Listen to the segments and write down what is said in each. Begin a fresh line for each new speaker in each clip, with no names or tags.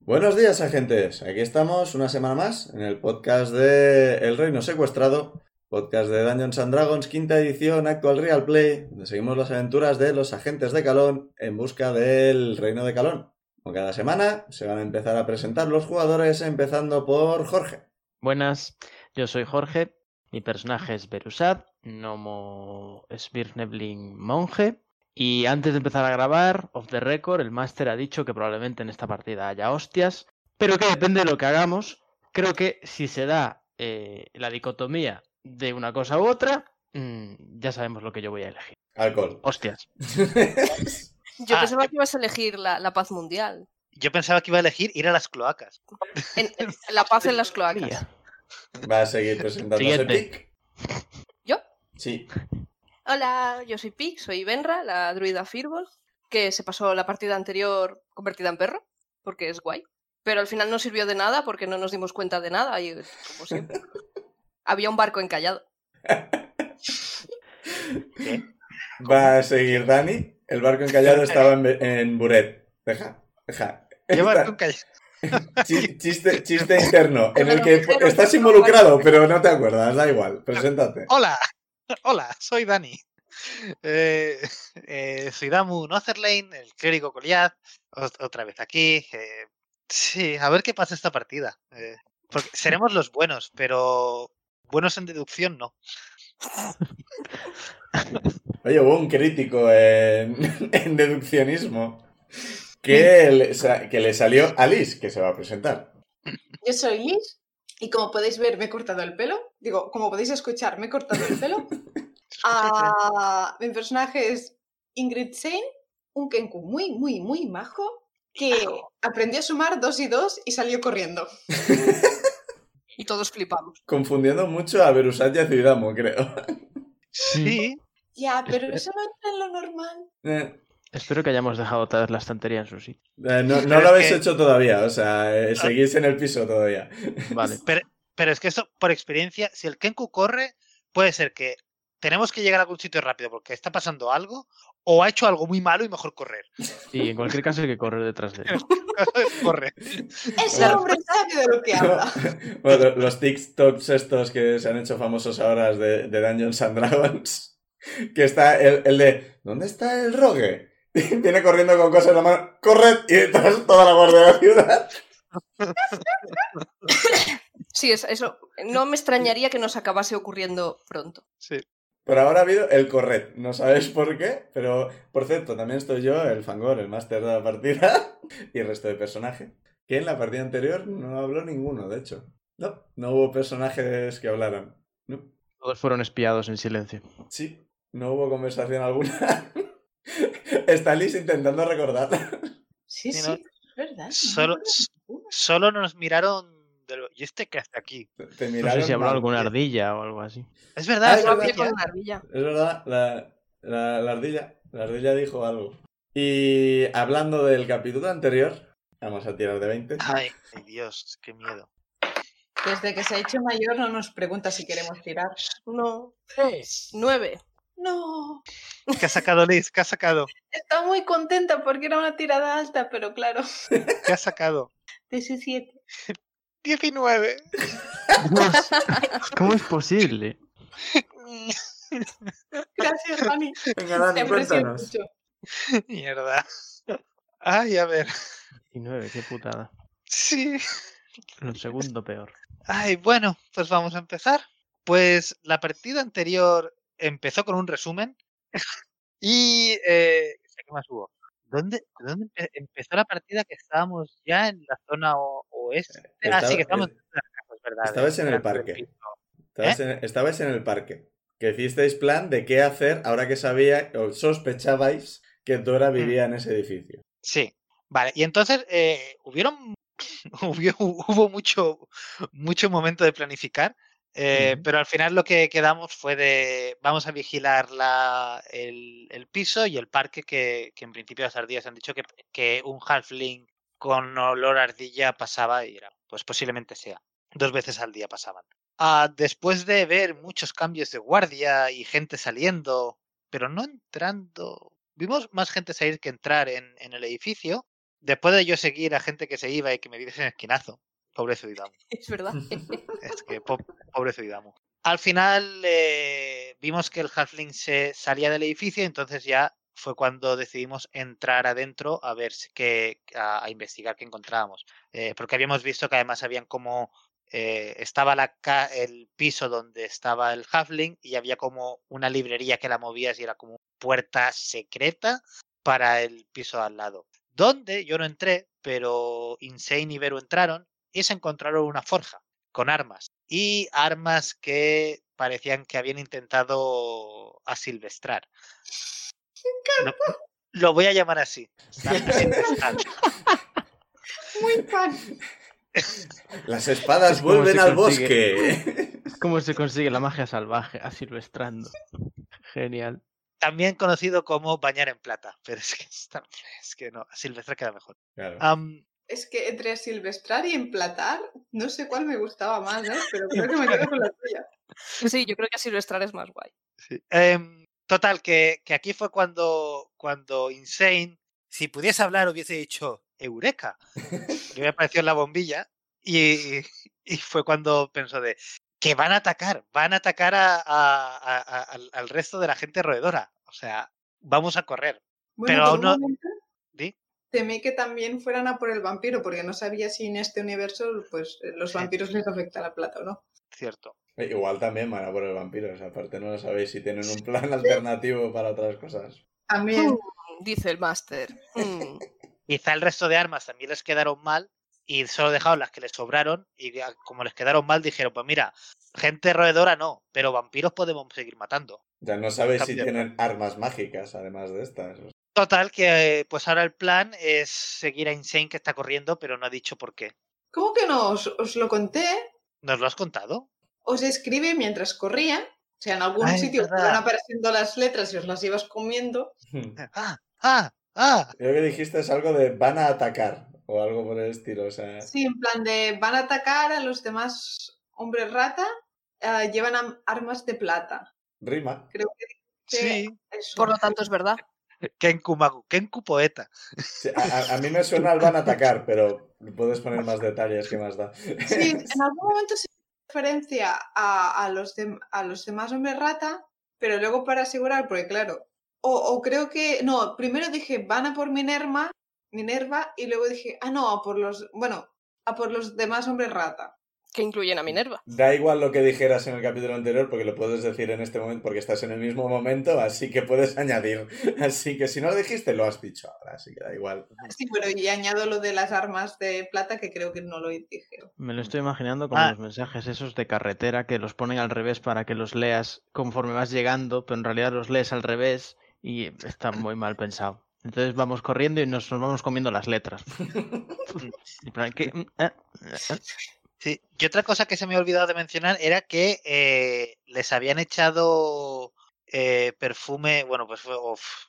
Buenos días, agentes. Aquí estamos una semana más en el podcast de El Reino Secuestrado, podcast de Dungeons and Dragons, quinta edición, actual Real Play, donde seguimos las aventuras de los agentes de Calón en busca del Reino de Calón. Como cada semana, se van a empezar a presentar los jugadores, empezando por Jorge.
Buenas, yo soy Jorge. Mi personaje es Berusad, gnomo Svirnebling monje. Y antes de empezar a grabar, off the record, el máster ha dicho que probablemente en esta partida haya hostias, pero que depende de lo que hagamos. Creo que si se da eh, la dicotomía de una cosa u otra, mmm, ya sabemos lo que yo voy a elegir.
Alcohol.
Hostias.
Yo
Ah.
pensaba que ibas a elegir la, la paz mundial.
Yo pensaba que iba a elegir ir a las cloacas.
En- en- la paz en las cloacas.
Va a seguir presentándose
Siguiente.
Pic.
¿Yo?
Sí.
Hola, yo soy Pig, soy Benra, la druida Firbol, que se pasó la partida anterior convertida en perro, porque es guay. Pero al final no sirvió de nada porque no nos dimos cuenta de nada, y, como siempre. Había un barco encallado.
Va a seguir Dani. El barco encallado estaba en, en Buret. Deja, deja.
Llevar
Está-
con calle.
chi- Chiste, chiste interno, en el
Pero
que
no quiero
estás
que no
involucrado, pero no te acuerdas, da igual, preséntate.
Hola, hola, soy Dani. Eh, eh, soy Damu Notherlane, el clérigo Goliath, ot- otra vez aquí. eh, sí, a ver qué pasa esta partida. eh, porque seremos los buenos, pero buenos en deducción no.
Oye, hubo un crítico en, en deduccionismo que le, sa- que le salió a Liz, que se va a presentar.
Yo soy Liz y como podéis ver me he cortado el pelo. Digo, como podéis escuchar, me he cortado el pelo. Ah, mi personaje es Ingrid Shane, un Kenku muy, muy, muy majo que aprendió a sumar dos y dos y salió corriendo.
Y todos flipamos.
Confundiendo mucho a Berusat y a Zuidamo, creo.
Sí,
Ya, pero eso no entra en lo normal.
Eh,
Espero que hayamos dejado otra vez la estantería en su sitio.
eh, no, no
Pero
lo
es
habéis
que- Ah.
hecho todavía, o sea, eh, seguís en el piso todavía.
Vale.
pero, pero es que esto, por experiencia, si el Kenku corre, puede ser que tenemos que llegar a algún sitio rápido porque está pasando algo o ha hecho algo muy malo y mejor correr.
Y en cualquier caso hay que correr detrás de él.
corre.
Es el
Claro.
hombre sabio de lo que habla.
Bueno, los TikToks estos que se han hecho famosos ahora de, de Dungeons and Dragons. Que está el, el de ¿Dónde está el rogue? Y Viene corriendo con cosas en la mano. ¡Corred! Y detrás toda la guardia de la ciudad.
Sí, es, eso. No me extrañaría que nos acabase ocurriendo pronto.
Sí.
Por ahora ha habido el corred. No sabéis por qué, pero por cierto, también estoy yo, el Fangor, el máster de la partida. Y el resto de personaje. Que en la partida anterior no habló ninguno, de hecho. No, no hubo personajes que hablaran. No.
Todos fueron espiados en silencio.
Sí, no hubo conversación alguna. Está Liz intentando recordar.
Sí,
Sí, no.
sí, es verdad. no
Solo-
me acuerdo.
Solo nos miraron de lo- ¿Y este qué hace aquí?
Te
No
miraron
sé si habló
mal.
alguna ardilla o algo así.
Es verdad,
Ah,
es
es verdad.
una
Con
pilla.
la ardilla.
Es verdad, la, la- la ardilla. La ardilla dijo algo. Y hablando del capítulo anterior, vamos a tirar de 20.
Ah.
Ay, ay, Dios, qué miedo.
Desde que se ha hecho mayor no nos pregunta si queremos tirar.
No. Nueve.
No,
¿Qué ha sacado Liz? ¿Qué ha sacado?
está muy contenta porque era una tirada alta, pero claro,
¿Qué ha sacado?
17.
19.
Dios, ¿Cómo es posible?
Gracias, Dani.
Venga,
Te aprecio mucho.
Mierda. Ay, a ver.
19, qué putada.
Sí.
Lo segundo peor.
Ay, bueno, pues vamos a empezar. Pues la partida anterior empezó con un resumen. Y. Eh, ¿Qué más hubo? ¿Dónde, dónde empe- empezó la partida que estábamos ya en la zona o- oeste? ah,
Eh, Estaba-
sí, que estábamos en las casas, ¿verdad?
estabas en el
Delante del
parque.
piso.
Estabais,
¿eh?
en, estabais en el parque. Que hicisteis
Hmm.
plan de qué hacer ahora que sabía o sospechabais que Dora vivía en ese edificio.
Sí. Vale, y entonces eh, hubieron hubo, hubo mucho, mucho momento de planificar, eh,
Ujú.
pero al final lo que quedamos fue de vamos a vigilar la, el, el piso y el parque que, que en principio las ardillas han dicho que, que un halfling con olor a ardilla pasaba y era, pues posiblemente sea, dos veces al día pasaban. Ah, después de ver muchos cambios de guardia y gente saliendo, pero no entrando, vimos más gente salir que entrar en, en el edificio. Después de yo seguir a gente que se iba y que me diesen esquinazo, pobre Zuidamu.
Es verdad.
Es que po- pobre Zuidamu. Al final eh, vimos que el Halfling se salía del edificio, entonces ya fue cuando decidimos entrar adentro a ver si- qué, a, a investigar qué encontrábamos. Eh, porque habíamos visto que además habían como eh, estaba la ca- el piso donde estaba el Halfling y había como una librería que la movías y era como puerta secreta para el piso al lado. Donde yo no entré, pero Insane y Vero entraron y se encontraron una forja con armas. Y armas que parecían que habían intentado asilvestrar. No- lo voy a llamar así. asilvestrar.
Muy fan.
Las espadas
Es como
vuelven
se
al
consigue.
bosque.
¿Cómo se consigue la magia salvaje? Asilvestrando. Genial.
También conocido como bañar en plata. Pero es que, es tan- es que no, asilvestrar queda mejor.
Ah,
Claro.
Am,
Es que entre silvestrar y emplatar, no sé cuál me gustaba más, ¿eh? Pero creo que me quedo con la tuya.
Sí, yo creo que Silvestrar es más guay.
sí. Em, total, que, que aquí fue cuando, cuando Insane, si pudiese hablar, hubiese dicho Eureka. Le había aparecido la bombilla y, y fue cuando pensó de que van a atacar, van a atacar a- a- a- a- al, al resto de la gente roedora. O sea, vamos a correr.
Bueno,
Pero
por
aún
un
no-
momento
Di.
temí que también fueran a por el vampiro, porque no sabía si en este universo pues eh, los
Sí.
vampiros les afecta la plata o no.
Cierto.
Eh, Igual también van a por el vampiro. O sea, aparte no lo sabéis si tienen un plan alternativo para otras cosas.
También.
Mm, Dice el máster. Mm.
Quizá el resto de armas también les quedaron mal y solo dejaron las que les sobraron y ya como les quedaron mal dijeron, pues mira, gente roedora no, pero vampiros podemos seguir matando.
Ya no sabéis si
Cambio.
tienen armas mágicas además de estas.
Total, que eh, pues ahora el plan es seguir a Insane que está corriendo, pero no ha dicho por qué.
¿Cómo que no? Os, os lo conté.
¿Nos lo has contado?
Os escribe mientras corría. O sea, en algún
Ah, es
sitio os
verdad.
iban apareciendo las letras y os las ibas comiendo.
Creo
Ah, ah, ah.
que dijiste es algo de van a atacar o algo por el estilo. O sea,
Sí, en plan de van a atacar a los demás hombres rata, eh, llevan am- armas de plata.
rima.
Creo que
Sí,
Sí. eso.
Por lo tanto, es verdad.
Ken Kumagu, Ken Kupoeta.
Sí, a, a- a mí me suena al van a atacar, pero puedes poner más detalles que más da.
Sí, en algún momento se hace referencia a, a los dem- a los demás hombres rata, pero luego para asegurar, porque claro, o, o creo que, no, primero dije, van a por Minerva, Minerva, y luego dije, ah, no, a por los, bueno, a por los demás hombres rata.
Que incluyen a Minerva.
Da igual lo que dijeras en el capítulo anterior, porque lo puedes decir en este momento, porque estás en el mismo momento, así que puedes añadir. Así que si no lo dijiste, lo has dicho ahora, así que da igual.
Sí, pero y añado lo de las armas de plata, que creo que no lo dije.
Me lo estoy imaginando como
Ah.
los mensajes esos de carretera que los ponen al revés para que los leas conforme vas llegando, pero en realidad los lees al revés y está muy mal pensado. Entonces vamos corriendo y nos, nos vamos comiendo las letras. En plan, ¿qué? Mm, eh, eh,
Sí. Y otra cosa que se me ha olvidado de mencionar era que eh, les habían echado eh, perfume, bueno, pues fue o, f-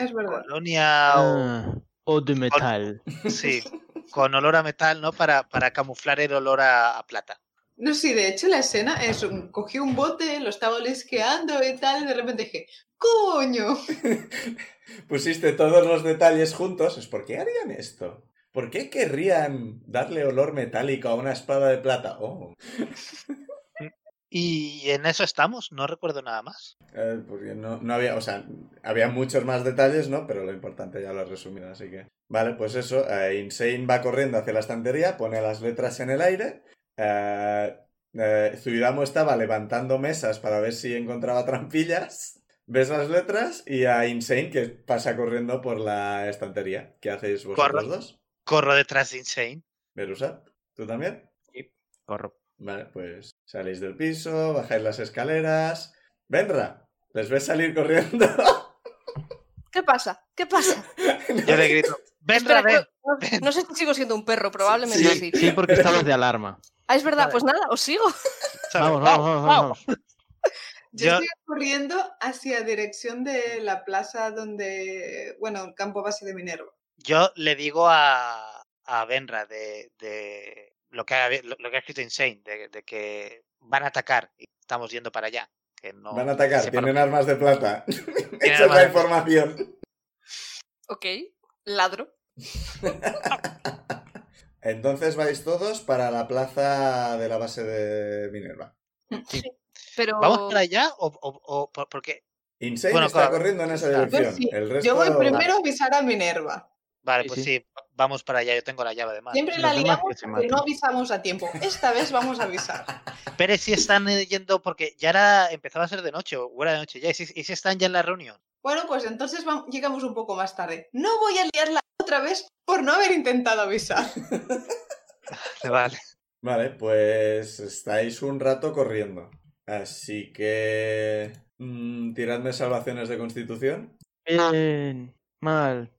eh,
Es verdad.
colonia o
ah, o de metal.
sí, con olor a metal, ¿no? Para, para camuflar el olor a, a plata.
No sé, de hecho la escena es, un- cogí un bote, lo estaba lesqueando y tal, y de repente dije, ¡coño!
Pusiste todos los detalles juntos, es ¿por qué harían esto? ¿Por qué querrían darle olor metálico a una espada de plata? Oh,
Y en eso estamos, no recuerdo nada más.
eh, porque no, no había, o sea, había muchos más detalles, ¿no? Pero lo importante ya lo has resumido, así que. Vale, pues eso. eh, Insane va corriendo hacia la estantería, pone las letras en el aire. eh, eh, Zuidamo estaba levantando mesas para ver si encontraba trampillas. Ves las letras y a Insane que pasa corriendo por la estantería. ¿Qué hacéis vosotros
Corro.
dos?
Corro detrás de Insane.
Verusa, ¿tú también?
Corro.
Vale, pues salís del piso, bajáis las escaleras. Venra, les ves salir corriendo.
¿Qué pasa? ¿Qué pasa?
Yo le grito, Vendra,
Espera,
ven.
creo- no, no sé si sigo siendo un perro, probablemente sí.
Sí, porque estabas de alarma.
Ah, es verdad,
Vale.
pues nada, os sigo.
¿sabes?
Vamos, vamos, vamos, vamos.
Yo,
Yo-
estoy corriendo hacia dirección de la plaza donde, bueno, el campo base de Minerva.
Yo le digo a, a Benra de, de lo, que ha, lo, lo que ha escrito Insane, de, de que van a atacar y estamos yendo para allá. Que no
Van a atacar,
se
tienen
partan.
armas de plata. Esa es
armas
la
de-
información.
Ok, ladro.
Entonces vais todos para la plaza de la base de Minerva.
Pero
¿Vamos para allá o, o- o- por- porque...
Insane
Bueno,
está
claro.
corriendo en esa
Yo
dirección.
sí.
El resto...
Yo voy primero a avisar a Minerva.
Vale,
Sí,
pues
sí.
sí, va- vamos para allá, yo tengo la llave además.
Siempre
los
la
demás
liamos
que se
porque
maten.
no avisamos a tiempo. Esta vez vamos a avisar.
Pero si están eh, yendo, porque ya era, empezaba a ser de noche o era de noche ya, y si, y si están ya en la reunión.
Bueno, pues entonces vam- llegamos un poco más tarde. No voy a liarla otra vez por no haber intentado avisar.
Vale.
Vale, pues estáis un rato corriendo. Así que... mm, tiradme salvaciones de constitución.
Bien, mal.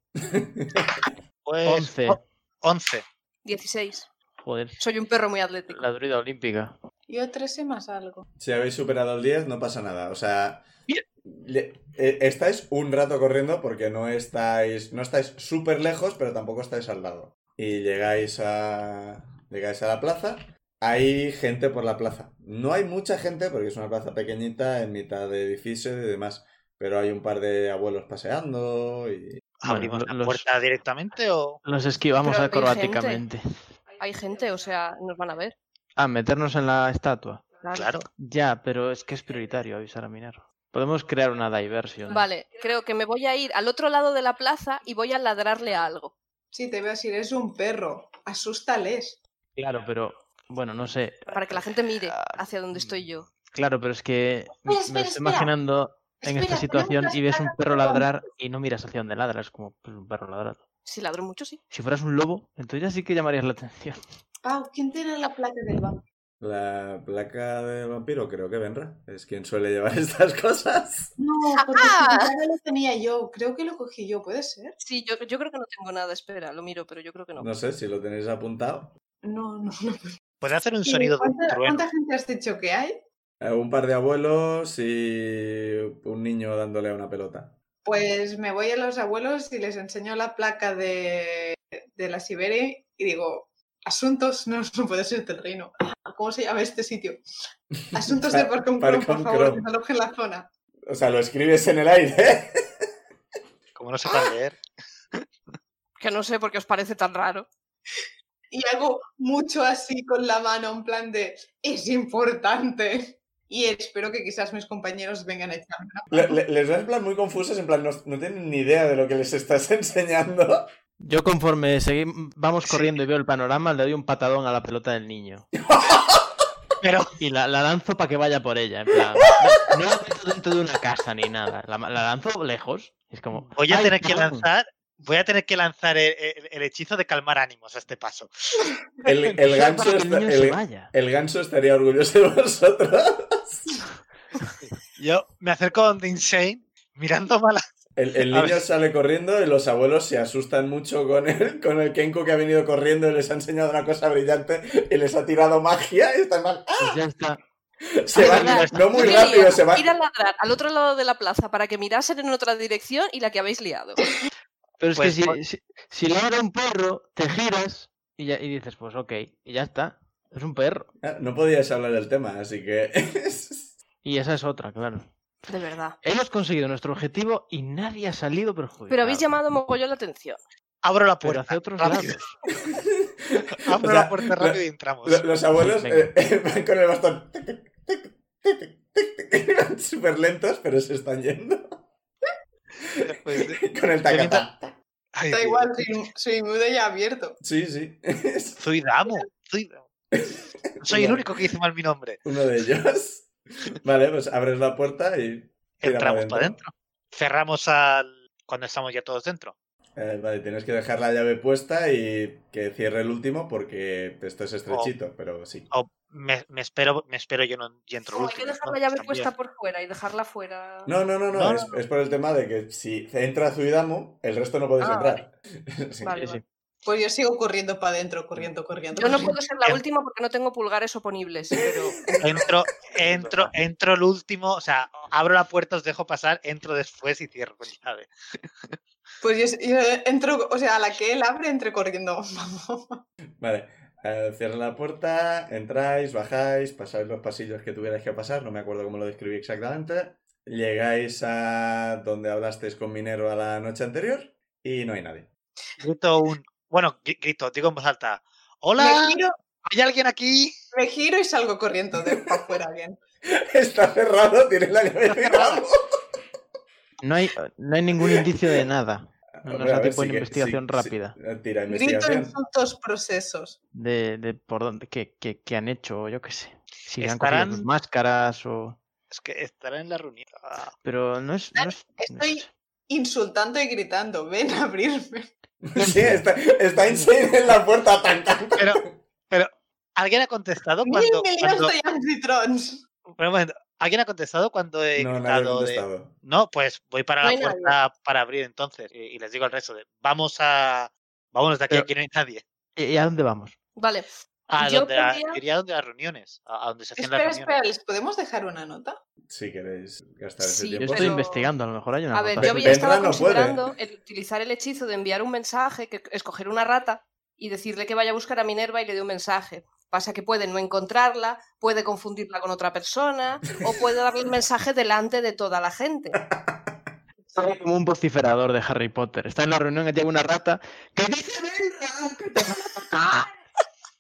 Pues
11.
o- 11.
16.
Joder,
Soy un perro muy atlético.
la druida olímpica.
Yo 13 más algo.
Si habéis superado el 10, no pasa nada. O sea,
Bien.
le- eh, estáis un rato corriendo porque no estáis no estáis súper lejos, pero tampoco estáis al lado. Y llegáis a llegáis a la plaza. Hay gente por la plaza. No hay mucha gente porque es una plaza pequeñita en mitad de edificio y demás. Pero hay un par de abuelos paseando y
Bueno,
¿Abrimos
lo-
la
los-
puerta directamente o...?
Los esquivamos
Pero hay
acrobáticamente.
Hay gente, o sea, nos van a ver.
A meternos en la estatua.
Claro.
Ya, pero es que es prioritario avisar a Minero. Podemos crear una diversión.
Vale, creo que me voy a ir al otro lado de la plaza y voy a ladrarle a algo.
Sí, te veo así, eres un perro. Asústales.
Claro, pero bueno, no sé.
Para que la gente mire
Ah,
hacia donde estoy yo.
Claro, pero es que me
espera,
estoy
espera.
imaginando en esta
Espera,
situación
tenemos
y ves un
las
perro
latas.
ladrar y no miras hacia donde ladra, es como pues, un perro ladrando.
Si ladro mucho, sí.
Si fueras un lobo, entonces ya sí que llamarías la atención.
Pau, ¿quién tiene la placa del banco?
la placa del vampiro creo que Benra es quien suele llevar estas cosas.
No,
Ah.
porque
Ajá.
si no lo tenía yo. Creo que lo cogí yo, ¿puede ser?
Sí, yo, yo creo que no tengo nada, espera, lo miro, pero yo creo que no.
No sé si lo tenéis apuntado.
No, no, no.
¿Puede hacer un sonido de un
¿Cuánta,
trueno?
cuánta gente has dicho que hay?
Eh, Un par de abuelos y un niño dándole a una pelota.
Pues me voy a los abuelos y les enseño la placa de, de la Siberia y digo, asuntos, no, no puede ser del reino. Ah, ¿Cómo se llama este sitio? Asuntos de
Par-
Parcom
Parcom
por
Chrome.
favor, desalojen la zona.
O sea, lo escribes en el aire. ¿eh?
Como no sepa leer.
Que no sé por qué os parece tan raro.
Y hago mucho así con la mano, en plan de, es importante. Y espero que quizás mis compañeros vengan a echarme. una-
Le- le- les ves en plan muy confusos, en plan, no, no tienen ni idea de lo que les estás enseñando.
Yo conforme seguim- vamos corriendo y veo el panorama, le doy un patadón a la pelota del niño.
Pero
Y la, la lanzo para que vaya por ella, en plan. No, no la meto dentro de una casa ni nada. La, la lanzo lejos. Es como.
voy a
"Ay,
tener que
perdón".
lanzar... Voy a tener que lanzar el, el- el hechizo de calmar ánimos a este paso.
El, el
Solo para
ganso
que el
está-
niño se
el-
vaya.
el ganso estaría orgulloso de vosotros.
Yo me acerco donde Insane, mirando mal
El, el
A
niño
ver.
sale corriendo y los abuelos se asustan mucho con él, con el Kenko que ha venido corriendo y les ha enseñado una cosa brillante y les ha tirado magia y están mal.
Pues ya está.
Se van,
verdad.
no muy
Yo quería
rápido, se van.
Ir a ladrar al otro lado de la plaza para que mirasen en otra dirección y la que habéis liado.
Pero es
Pues
que
por-
si, si, si ladra un perro, te giras y, ya, y dices, pues ok, y ya está. Es un perro.
Ah, No podías hablar del tema, así que.
Y esa es otra, claro.
De verdad.
Hemos conseguido nuestro objetivo y nadie ha salido perjudicado.
Pero habéis llamado mogollón la atención.
Abro la
Pero
puerta.
hacia otros
rápido.
lados.
Abro
O sea,
la puerta rápido y entramos.
Lo- Los abuelos
Sí, venga.
eh, van con el bastón. Tic, tic, tic, tic, tic, tic, Van súper lentos, pero se están yendo.
Pues, eh,
Con el tacatá.
ay,
Da
Dios.
igual, soy, soy mudo y abierto.
Sí, sí. Es
Soy Damo. Soy, soy el
Vale.
único que dice mal mi nombre.
uno de ellos. Vale, pues abres la puerta y. tira
Entramos
pa'
para adentro. Cerramos al. Cuando estamos ya todos dentro.
Eh, vale, tienes que dejar
Oh.
la llave puesta y que cierre el último porque esto es estrechito, pero sí.
O me, me espero, me espero yo no y entro
No, hay que
último,
dejar
¿no?
la llave
También.
puesta por fuera y dejarla fuera.
No, no, no, no,
No,
es, es por el tema de que si entra Zuidamo, el resto no podéis
Ah,
entrar. Sí.
Vale,
Sí, sí.
vale.
Pues yo sigo corriendo para adentro, corriendo, corriendo.
Yo no
corriendo.
puedo ser
Em-
la última porque no tengo pulgares oponibles, pero
Entro, entro, entro el último, o sea, abro la puerta, os dejo pasar, entro después y cierro con llave.
Pues yo, yo entro, o sea, a la que él abre, entre corriendo. Vamos.
Vale, eh, cierra la puerta, entráis, bajáis, pasáis los pasillos que tuvierais que pasar, no me acuerdo cómo lo describí exactamente. Llegáis a donde hablasteis con Minero a la noche anterior y no hay nadie.
Grito un. Bueno, gri- grito, digo en voz alta. ¡Hola!
Me giro,
¿Hay alguien aquí?
me giro y salgo corriendo de para afuera bien.
Está cerrado, tiene la llave cerrada.
No hay, no hay ningún indicio de nada. No nos
Hombre, a ver,
da tiempo
sí
en
que-
investigación
sí-
rápida.
sí, eh, tira
Grito
investigación.
insultos procesos.
De, de por dónde, qué, qué- qué han hecho, o yo qué sé. Si han
Estarán-
cogido sus máscaras o.
Es que estará en la reunión. Ah,
Pero no es. No es- no
Estoy
es-
insultando y gritando, ven a abrirme.
Sí, está, está Insane en la puerta, tan, tan, tan.
Pero, pero, ¿alguien ha contestado
Mil
cuando.
millones
cuando-
de anfitrons.
pero un momento, ¿Alguien ha contestado cuando he
No, nadie ha
gritado de.
contestado.
No, pues voy para
No
la
hay nadie.
puerta para abrir entonces. Y, y les digo al resto de. Vamos a. Vámonos de aquí,
Pero-
aquí no hay nadie.
¿Y y a dónde vamos?
vale.
A
Yo
donde la-
quería-
iría a donde las reuniones. A, a donde se hacían
Espera,
las reuniones.
espera, ¿les podemos dejar una nota?
Si queréis gastar ese
Sí,
Yo
tiempo.
estoy
Pero-
investigando, a lo mejor hay una
A ver,
nota.
yo
Ven-
había estado
Vendrá no puede.
considerando el utilizar el hechizo de enviar un mensaje, que escoger una rata y decirle que vaya a buscar a Minerva y le dé un mensaje. Pasa que puede no encontrarla, puede confundirla con otra persona o puede darle el mensaje delante de toda la gente.
Soy como un vociferador de Harry Potter. Está en la reunión, llega una rata. ¿Qué dice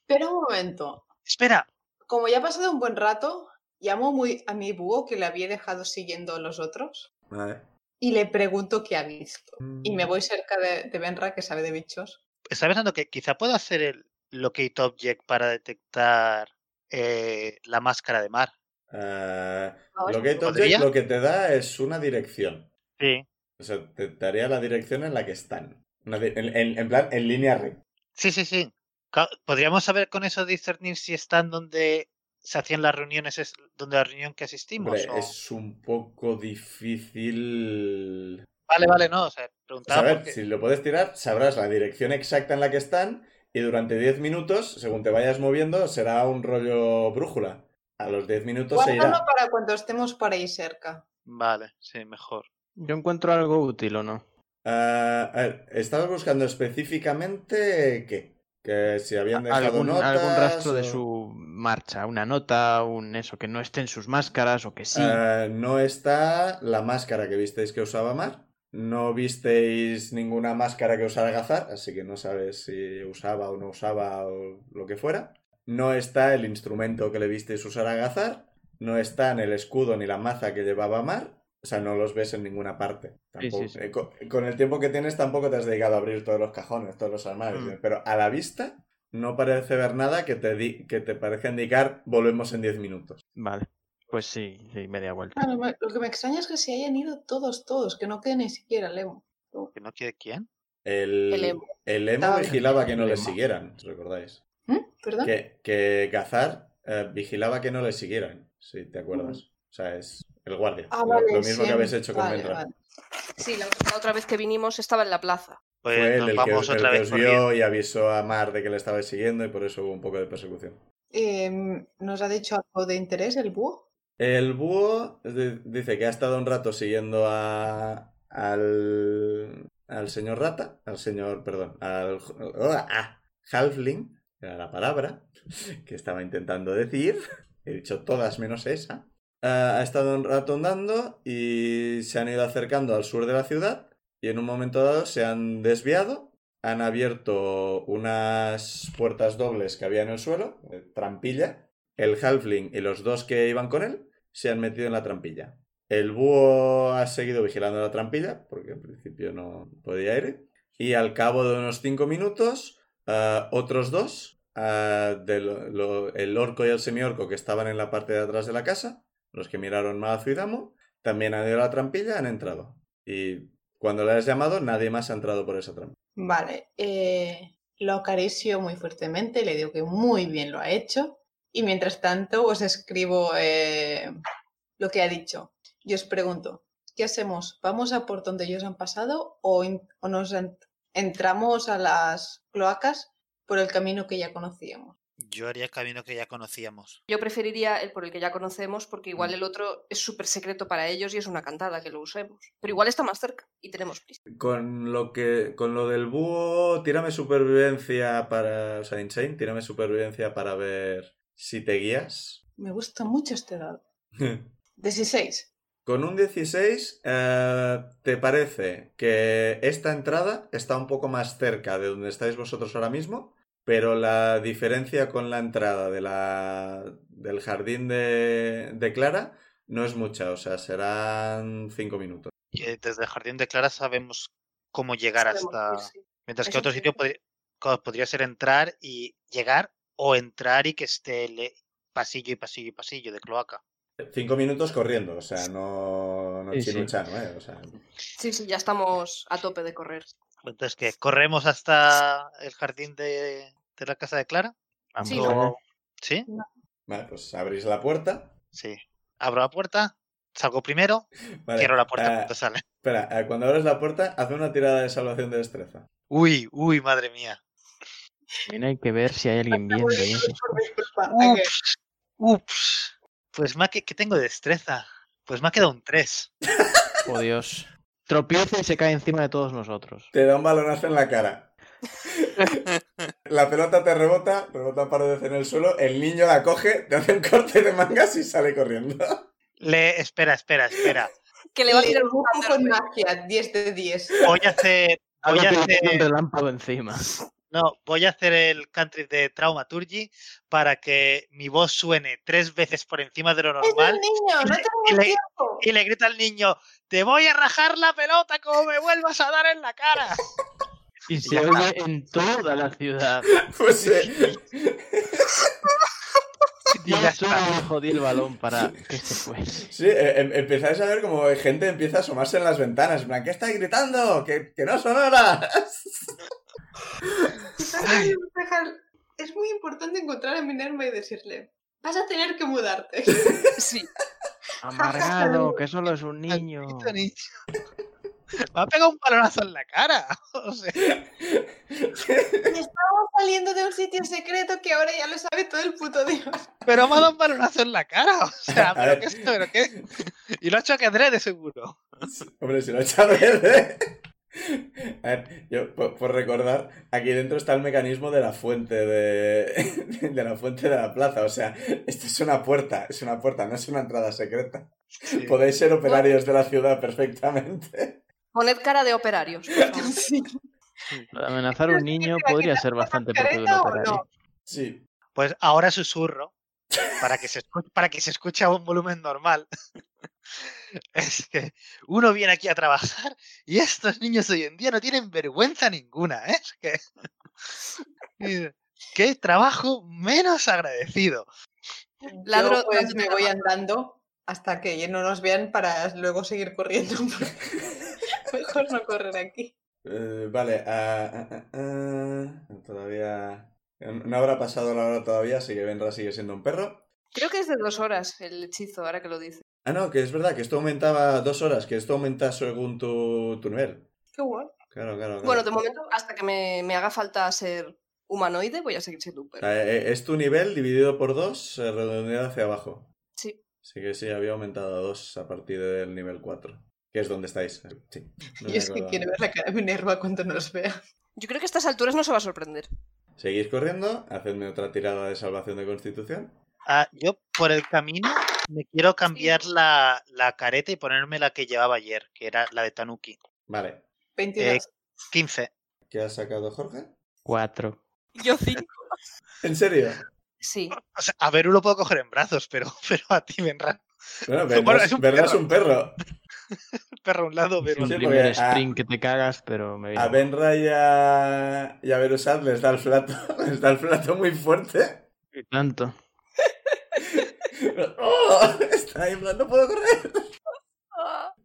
Espera un momento.
Espera,
Como ya ha pasado un buen rato, llamo muy a mi búho que le había dejado siguiendo a los otros
Vale.
y le pregunto qué ha visto. Y
Mm.
me voy cerca de, de Benra, que sabe de bichos.
estaba pensando que quizá puedo hacer el locate object para detectar eh, la máscara de mar.
Eh,
Ahora
locate object
¿Podría?
lo que te da es una dirección.
Sí.
O sea, te daría la dirección en la que están. Una di- en, en- en plan, en línea recta.
Sí, sí, sí. Ca- Podríamos saber con eso discernir si están donde se hacían las reuniones, es donde la reunión que asistimos.
Hombre,
o-
es un poco difícil.
Vale, vale, no. O sea,
O sea,
preguntaba
a ver,
porque-
si lo puedes tirar, sabrás la dirección exacta en la que están y durante 10 minutos, según te vayas moviendo, será un rollo brújula. A los 10 minutos se
Guárdalo
irá.
para cuando estemos por ahí cerca.
Vale, sí, mejor.
Yo encuentro algo útil o no.
Ah, a ver, estabas buscando específicamente qué? Que si habían dejado
Algún,
notas,
algún rastro de
o-
su marcha, una nota, un eso, que no esté en sus máscaras o que sí.
Ah, no está la máscara que visteis que usaba Mar. No visteis ninguna máscara que usara Gazar, así que no sabes si usaba o no usaba o lo que fuera. No está el instrumento que le visteis usar a Gazar. No están el escudo ni la maza que llevaba Mar. O sea, no los ves en ninguna parte.
Sí, sí,
Tampoco-
sí.
eh, co- con, el tiempo que tienes tampoco te has dedicado a abrir todos los cajones, todos los armarios.
Mm.
Pero a la vista no parece ver nada que te, di- que te parezca indicar volvemos en 10 minutos.
Vale, pues sí, sí, media vuelta.
Claro, me- lo que me extraña es que se hayan ido todos, todos, que no quede ni siquiera Lemo.
¿Que no quiere quién?
El,
El emo.
el emo
Estaba
vigilaba que no
el
le
emo.
siguieran, si recordáis.
¿Mm? ¿Perdón?
Que, que Gazar eh, vigilaba que no le siguieran, si te acuerdas. O sea, es el guardia.
Mm. Ah,
lo,
vale,
lo mismo
sí,
que habéis hecho con
vale,
Benra.
vale.
Sí, la, la otra vez que vinimos estaba en la plaza.
Pues
Fue él
nos
el que,
vamos
el
otra
que
vez
os
corriendo.
vio y avisó a Mar de que le estabais siguiendo y por eso hubo un poco de persecución.
Em, ¿Nos ha dicho algo de interés el búho?
El búho di- dice que ha estado un rato siguiendo a, al, al señor rata, al señor, perdón, al ah, halfling, era la palabra que estaba intentando decir, he dicho todas menos esa. Ah, ha estado un rato andando y se han ido acercando al sur de la ciudad y en un momento dado se han desviado, han abierto unas puertas dobles que había en el suelo, eh, trampilla, el halfling y los dos que iban con él se han metido en la trampilla. El búho ha seguido vigilando la trampilla, porque en principio no podía ir. Y al cabo de unos cinco minutos, ah, otros dos, ah, de lo- lo- el orco y el semiorco que estaban en la parte de atrás de la casa, los que miraron más a Zuidamo, también han ido a la trampilla, han entrado. Y cuando le has llamado, nadie más ha entrado por esa trampilla.
Vale, eh, lo acaricio muy fuertemente, le digo que muy bien lo ha hecho Y mientras tanto os escribo eh, lo que ha dicho. Y os pregunto, ¿qué hacemos? ¿Vamos a por donde ellos han pasado o, in- o nos en- entramos a las cloacas por el camino que ya conocíamos?
Yo haría el camino que ya conocíamos.
Yo preferiría el por el que ya conocemos, porque igual el otro es súper secreto para ellos y es una cantada que lo usemos. Pero igual está más cerca y tenemos prisa.
Con lo que. Con lo del búho, tírame supervivencia para. O sea, Insane, tírame supervivencia para ver si te guías.
Me gusta mucho este dado. 16.
Con un 16, eh, ¿te parece que esta entrada está un poco más cerca de donde estáis vosotros ahora mismo? Pero la diferencia con la entrada de la, del jardín de, de Clara no es mucha, o sea, serán 5 minutos.
Y, eh, Desde el jardín de Clara sabemos cómo llegar
Sabemos
hasta.
ir, sí.
Mientras que
Eso
otro
sí.
sitio podri- co- podría ser entrar y llegar o entrar y que esté le- pasillo y pasillo y pasillo de cloaca.
5 minutos corriendo, o sea, no, no
Sí, sí.
chinuchano, ¿eh? O sea,
Sí, sí, ya estamos a tope de correr.
Entonces, que corremos hasta el jardín de, de la casa de Clara.
Vamos
Sí.
O-
allá.
¿Sí?
vale, pues abrís la puerta.
Sí. Abro la puerta, salgo primero,
Vale,
cierro la puerta
ah,
cuando sale.
espera, ah, cuando abres la puerta, haz una tirada de salvación de destreza.
Uy, uy, madre mía.
También hay que ver si hay alguien viendo y esas cosas.
Disculpa, hay que-
Ups, ups. Pues más que, que tengo de destreza. Pues me ha quedado un 3.
Oh, Dios. Tropieza y se cae encima de todos nosotros.
Te da un balonazo en la cara. La pelota te rebota, rebota un par de veces en el suelo, el niño la coge, te hace un corte de mangas y sale corriendo.
Le, espera, espera, espera.
Que le va a
Le
tirar un
dibujo con
thunderbolt.
magia, 10 de 10.
Voy a hacer. Voy
Algo
a
que
hacer.
tiene un relámpago encima.
No, voy a hacer el country de Traumaturgy para que mi voz suene tres veces por encima de lo
¡Es un
normal
niño! ¡No
Y
tenemos
le-
tiempo!
y le grita al niño, te voy a rajar la pelota como me vuelvas a dar en la cara.
Y se
Ya está.
oye en toda la ciudad.
Pues eh,
Y
Yo
ya
solo
está.
le jodí el balón para que se fuese.
sí, eh, em- empezáis a ver como gente empieza a asomarse en las ventanas. En plan, ¿qué estáis gritando? ¡Que, que no son horas!
Ay.
Dejar- Es muy importante encontrar a Minerva y decirle, vas a tener que mudarte.
Sí,
Amargado, que solo es un niño.
Maldito
Este
niño. Me ha pegado un balonazo en la cara. O sea,
Estamos saliendo de un sitio secreto que ahora ya lo sabe todo el puto Dios.
pero me ha dado un balonazo en la cara. O sea,
A
pero
ver.
qué, es- pero qué. Y lo ha hecho a de seguro.
Hombre, si lo he hecho a ver, ¿eh? A ver, yo, por, por recordar, aquí dentro está el mecanismo de la fuente de, de la fuente de la plaza. O sea, esto es una puerta, es una puerta, no es una entrada secreta.
Sí.
Podéis ser operarios de la ciudad perfectamente.
poned cara de operarios. por favor.
Lo de Amenazar a un niño podría ser bastante propio de un
¿Careta o
operario.
no?
Sí.
Pues ahora susurro para que se escuche, para que se escuche a un volumen normal. Es que uno viene aquí a trabajar y estos niños hoy en día no tienen vergüenza ninguna, ¿eh? Es que Dice, qué trabajo menos agradecido.
Ladro-
Yo, pues
ladro-
me voy andando hasta que ya no nos vean para luego seguir corriendo. Mejor no correr aquí.
Eh, vale, ah, ah, ah, ah, todavía. No habrá pasado la hora todavía, así que Benra sigue siendo un perro.
Creo que es de dos horas el hechizo, ahora que lo dice.
Ah, no, que es verdad que esto aumentaba dos horas, que esto aumenta según tu, tu nivel.
Qué guay.
Claro, claro, claro.
Bueno, de momento, hasta que me, me haga falta ser humanoide, voy a seguir siendo un
O
perro.
sea, e- Es tu nivel dividido por dos, eh, redondeado hacia abajo.
Sí.
Así que sí, había aumentado a dos a partir del nivel 4, que es donde estáis. Sí. no
Y
me
es que
acordaba.
quiero ver la cara de Minerva cuando nos vea.
Yo creo que a estas alturas no se va a sorprender.
Seguís corriendo, hacedme otra tirada de salvación de constitución.
Ah, yo por el camino me quiero cambiar la, la careta y ponerme la que llevaba ayer, que era la de Tanuki.
Vale.
eh,
22.
15.
¿Qué has sacado, Jorge?
Cuatro.
Yo cinco.
¿En serio?
Sí.
O sea, a Beru lo puedo coger en brazos, pero, pero a ti, Benra,
Bueno,
Bueno,
verdad,
es un
es un perro.
perro a un lado, Beru
Sí,
Un
al
porque
primer
a-
sprint que te cagas, pero me
A
viene.
Benra y a, y a Berusat les da el flato, les da el flato muy fuerte.
Y Tanto.
¡Oh! Está ahí en plan, no puedo correr.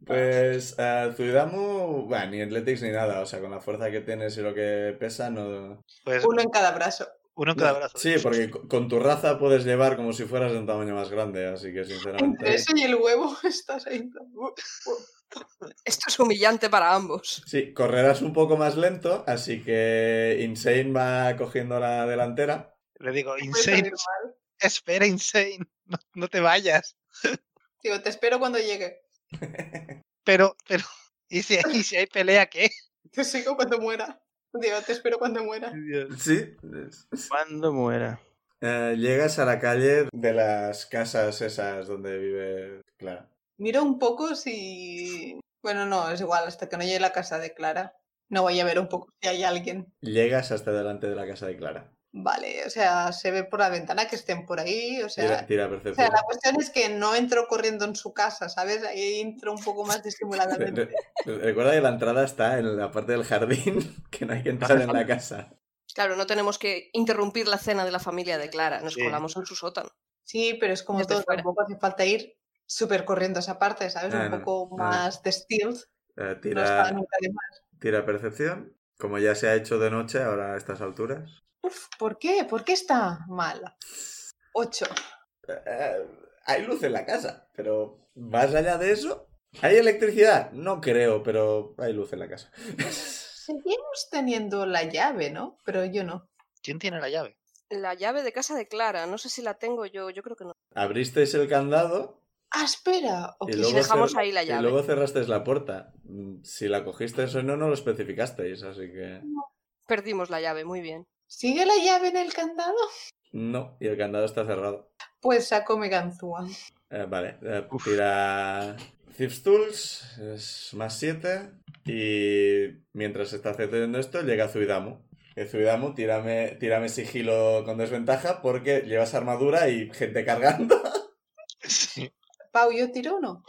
Pues a Zuidamu, bueno, ni athletics ni nada, o sea, con la fuerza que tienes y lo que pesa, no...
Pues
Uno en cada brazo.
Uno en cada brazo.
Sí, porque co- con tu raza puedes llevar como si fueras de un tamaño más grande, así que
Entre
sinceramente.
eso y el huevo estás ahí.
Esto es humillante para ambos.
Sí, correrás un poco más lento, así que Insane va cogiendo la delantera.
Le digo,
Puede salir
Insane,
mal.
espera, Insane, no, no te vayas.
Digo, te espero cuando llegue.
Pero, pero, ¿y si, y si hay pelea, qué?
Te sigo cuando muera. Digo, te espero cuando muera.
Sí.
Cuando muera.
Eh, llegas a la calle de las casas esas donde vive Clara.
Miro un poco si... Bueno, no, es igual, hasta que no llegue a la casa de Clara. No voy a ver un poco si hay alguien.
Llegas hasta delante de la casa de Clara.
Vale, o sea, se ve por la ventana que estén por ahí, o
Tira,
sea...
tira
O sea,
percepción.
la cuestión es que no entro corriendo en su casa, ¿sabes? Ahí entro un poco más
Re-
disimuladamente.
re- Recuerda que la entrada está en la parte del jardín, que no hay que entrar en la casa.
Claro, no tenemos que interrumpir la cena de la familia de Clara. Nos
Sí.
colamos en su sótano.
Sí, pero es como
Desde
todo,
fuera.
tampoco hace falta ir súper corriendo a esa parte, ¿sabes?
Ah,
un
no,
poco
ah.
más de stealth.
Eh,
No está
tira,
nunca de más.
tira percepción. Como ya se ha hecho de noche, ahora a estas alturas.
Uf, ¿por qué? ¿Por qué está mal? Ocho.
Eh, hay luz en la casa, pero más allá de eso, ¿hay electricidad? No creo, pero hay luz en la casa.
Seguimos teniendo la llave, ¿no? Pero yo no.
¿Quién tiene la llave?
La llave de casa de Clara, no sé si la tengo yo, yo creo que no.
Abristeis el candado
Ah, espera. ok.
y
Y
luego,
dejamos
cer-
ahí la
y
llave.
luego cerrasteis la puerta. Mm, Si la cogisteis o no, no lo especificasteis, así que...
Perdimos la llave, muy bien.
¿Sigue la llave en el candado?
No, y el candado está cerrado.
Pues saco mi ganzúa.
Eh, vale, eh, tira Thieves Tools, es más 7. Y mientras está sucediendo esto, llega Zuidamu. Eh, Zuidamu, tírame, tírame sigilo con desventaja porque llevas armadura y gente cargando.
Sí.
Pau, yo tiro uno.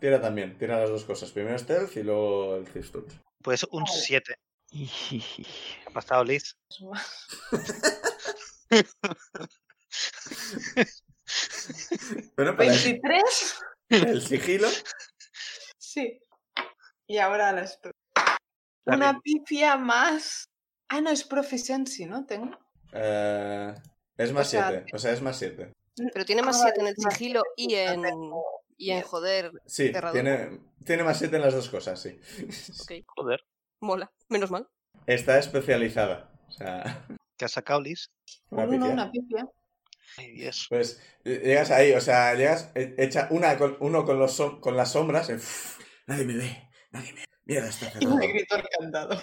tira también, tira las dos cosas. Primero Stealth y luego el Thieves Tools.
Pues un
Vale.
7.
Ijiji.
Ha pasado Liz.
Bueno, pero el,
¿23?
el sigilo.
Sí. Y ahora las dos.
Está
Una
bien.
pifia más. Ah, no, es proficiency, ¿no? Tengo.
eh, es más
O sea,
7, o sea, es más 7.
Pero tiene más
Ah,
7 en
vale,
el
más
sigilo y en,
tengo
y en
miedo.
joder.
Sí,
Cerradura.
tiene, tiene más 7 en las dos cosas, sí. Pues
Ok,
Joder,
mola, menos mal.
Está especializada. O sea,
que ha sacado Liz.
una
Un uno,
pifia.
una pifia.
Ay, Dios.
Pues eh, llegas ahí, o sea, llegas, eh, echa una con- uno con, los som- con las sombras. eh, "Uf, nadie me ve, nadie me ve. Mierda, está
Y
cerrado.
me grito el candado.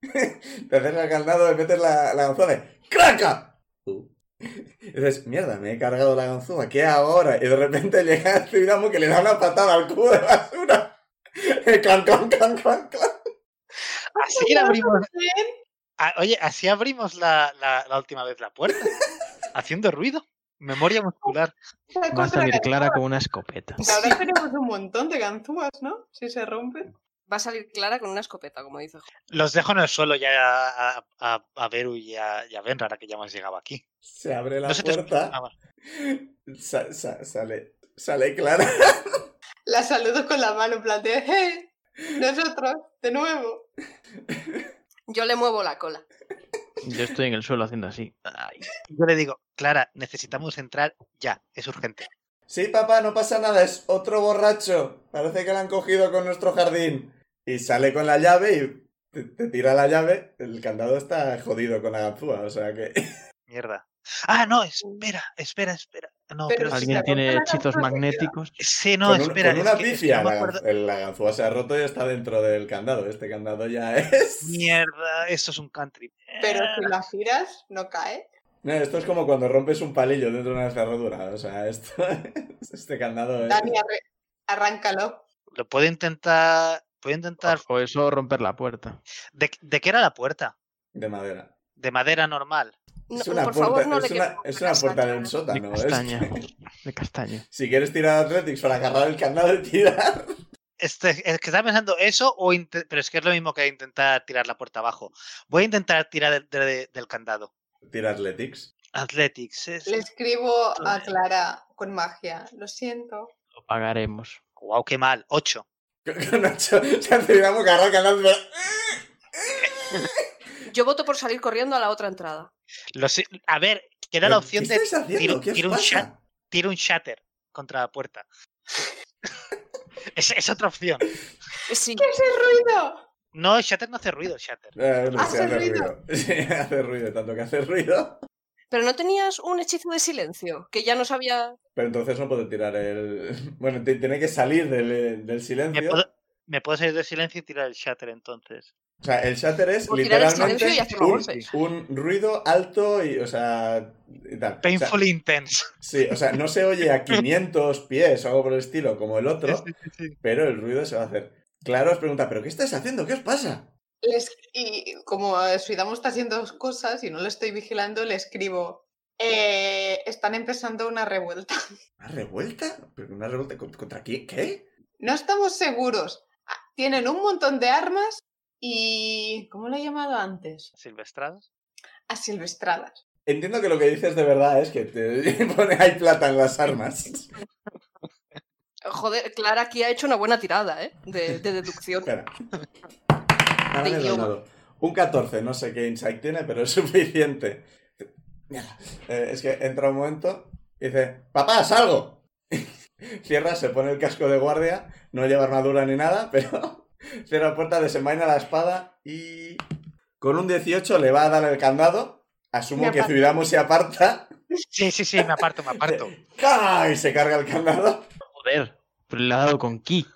Te haces el candado, le metes la, la ganzúa de ¡Craca! Y dices, mierda, me he cargado la ganzúa, ¿qué hago ahora? Y de repente llega el Zuidamo que le da una patada al cubo de basura. ¡Clan, clan, clan, clan, clan!
Así la abrimos.
Bien.
Ah, oye, así abrimos la, la- la última vez la puerta. haciendo ruido. Memoria muscular.
Saco
Va a
otra
salir Clara con una escopeta.
ganzúa. Ahora tenemos un montón de ganzúas, ¿no? Si se rompen.
Va a salir Clara con una escopeta, como dice. Jo-
Los dejo en el suelo ya a, a, a Beru y a, y a Benra, ahora que ya hemos llegado aquí.
Se abre la
No se te
puerta.
escucha. Ah, vale.
sa- sa- sale, sale Clara.
La saludo con la mano, en plan de, "Hey, Nosotros, de nuevo.
Yo le muevo la cola.
Yo estoy en el suelo haciendo así. Ay.
Yo le digo, Clara, necesitamos entrar ya. Es urgente.
Sí, papá, no pasa nada, es otro borracho. Parece que lo han cogido con nuestro jardín. Y sale con la llave y te, te tira la llave. El candado está jodido con la ganzúa, o sea que.
Mierda. Ah, no, espera, espera, espera. No,
Pero
pero,
si
¿Alguien
sí,
se rompe
tiene
la
hechizos
ganzúa, se queda.
magnéticos?
sí, no,
con, un-
espera.
con
es
una
que- es que
pifia,
no me
la,
acuerdo-
gan- la ganzúa se ha roto y está dentro del candado. Este candado ya es.
Mierda, esto es un country. Eh,
Pero si la giras, no cae.
No, esto es como cuando rompes un palillo dentro de una cerradura. O sea, esto. Este candado es.
Dani, arre- arráncalo.
Lo puedo intentar. Puedo intentar.
O eso o romper la puerta.
¿De, de qué era la puerta?
De madera.
De madera normal.
No,
es una
por
puerta,
favor, no
es
le
una,
quemo
es
la
una
casa,
puerta de
Clara.
un
De
sótano. es-
castaña. De castaña.
Si quieres tirar Athletics para agarrar el candado y tirar.
Este, es que estaba pensando eso, o inte- pero es que es lo mismo que intentar tirar la puerta abajo. Voy a intentar tirar de- de- del candado.
Tira Athletics.
Athletics. Es...
Le escribo a Clara con magia. Lo siento.
Lo pagaremos.
Wow, qué mal. 8.
Con ocho, se hace Dinamo que agarra el candado, pero-
Yo voto por salir corriendo a la otra entrada.
Lo sé- a ver, que era la opción
¿Qué
de
estáis haciendo?
tiro-
¿Qué os
tiro un
pasa?
chat. tiro un shatter contra la puerta. es, es otra opción.
Sí,
¿Qué es el ruido?
No, shatter no hace ruido, shatter.
Eh, no sé,
Hace
hace
ruido.
ruido. Sí, hace ruido, tanto que hace ruido.
pero no tenías un hechizo de silencio, que ya no sabía...
Pero entonces no puedo tirar el. Bueno, te- tiene que salir del, del silencio.
Me puedo, me puedo salir del silencio y tirar el shatter entonces.
O sea, el shatter es
Puedo tirar el
literalmente
silencio y hacer los
un,
golpes.
un ruido alto y, o sea, y tal. O sea,
Painful e intense.
sí, o sea, no se oye a 500 pies o algo por el estilo como el otro,
Sí, sí, sí.
pero el ruido se va a hacer. Claro, os pregunta, ¿pero qué estáis haciendo? ¿Qué os pasa?
Les- y como Suidamo está haciendo cosas y no lo estoy vigilando, le escribo. "Eh, están empezando una revuelta.
¿Una revuelta? ¿Pero ¿Una revuelta con- contra quién? ¿Qué?
No estamos seguros. Ah, Tienen un montón de armas y... ¿Cómo lo he llamado antes?
Silvestrados.
Asilvestradas.
Entiendo que lo que dices de verdad es que te pone hay plata en las armas.
Joder, Clara aquí ha hecho una buena tirada, ¿eh? De, de deducción.
Espera. Ahora
De
me he
idioma.
donado. Un 14, no sé qué insight tiene, pero es suficiente. Mierda. Eh, es que entra un momento y dice, papá, salgo. Cierra, se pone el casco de guardia, no lleva armadura ni nada, pero cierra la puerta, desenvaina la espada y... Con un 18 le va a dar el candado.
Me
Asumo que
aparto.
Zuidamo se aparta.
Sí, sí, sí, me aparto, me aparto.
¡Ca! Y se carga el candado.
Joder, pero le ha dado con ki.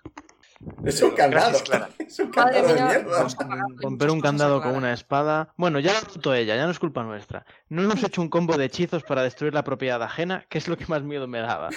Es un candado.
Gracias, Clara.
Es un
Madre
candado de
mía,
mierda.
vamos a pagar hoy
Romper un
muchas cosas a
candado
Clara.
con una espada. Bueno, ya lo ha roto ella, ya no es culpa nuestra. No hemos hecho un combo de hechizos para destruir la propiedad ajena, que es lo que más miedo me daba.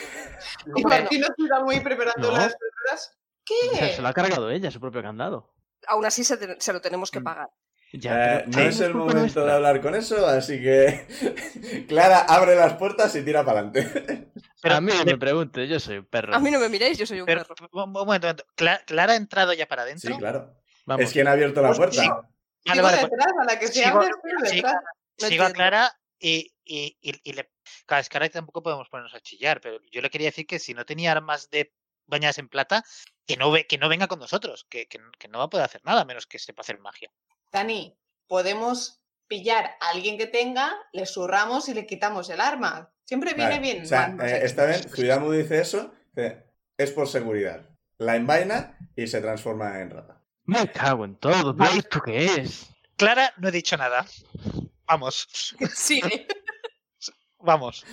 Y
Bueno.
Martino Suidamo ahí preparando
No.
las verduras.
O sea,
¿Qué?
se lo ha cargado ella, su propio candado.
Aún así se, te- se lo tenemos que pagar.
Ya,
Eh,
pero
no
ahí
es el
culpa
momento
nuestra.
de hablar con eso, así que Clara abre las puertas y tira para adelante.
Pero
a mí no
le-
me pregunte, yo soy un perro.
A mí no me miréis, yo soy un
pero-
perro.
un momento, un momento. Cla- ¿Clara ha entrado ya para adentro?
Sí, claro.
Vamos,
Es quien ha abierto la puerta.
Sí. Vale,
Sigo
vale, pues
detrás, a la que se
sigo-
abre, sigo
sí.
detrás.
No
sigo a
entiendo.
Clara y, y, y, y le... Claro, es que ahora tampoco podemos ponernos a chillar, pero yo le quería decir que si no tenía armas de bañadas en plata, que no, ve, que no venga con nosotros, que, que, que no va a poder hacer nada, a menos que sepa hacer magia.
Dani, podemos pillar a alguien que tenga, le zurramos y le quitamos el arma. Siempre viene
Vale,
bien.
O sea,
Juan.
eh, esta vez Zuidamu dice eso, dice, es por seguridad. La envaina y se transforma en rata.
me cago en todo, pero ¿esto qué es?
Clara, no he dicho nada. Vamos,
Sigue.
vamos.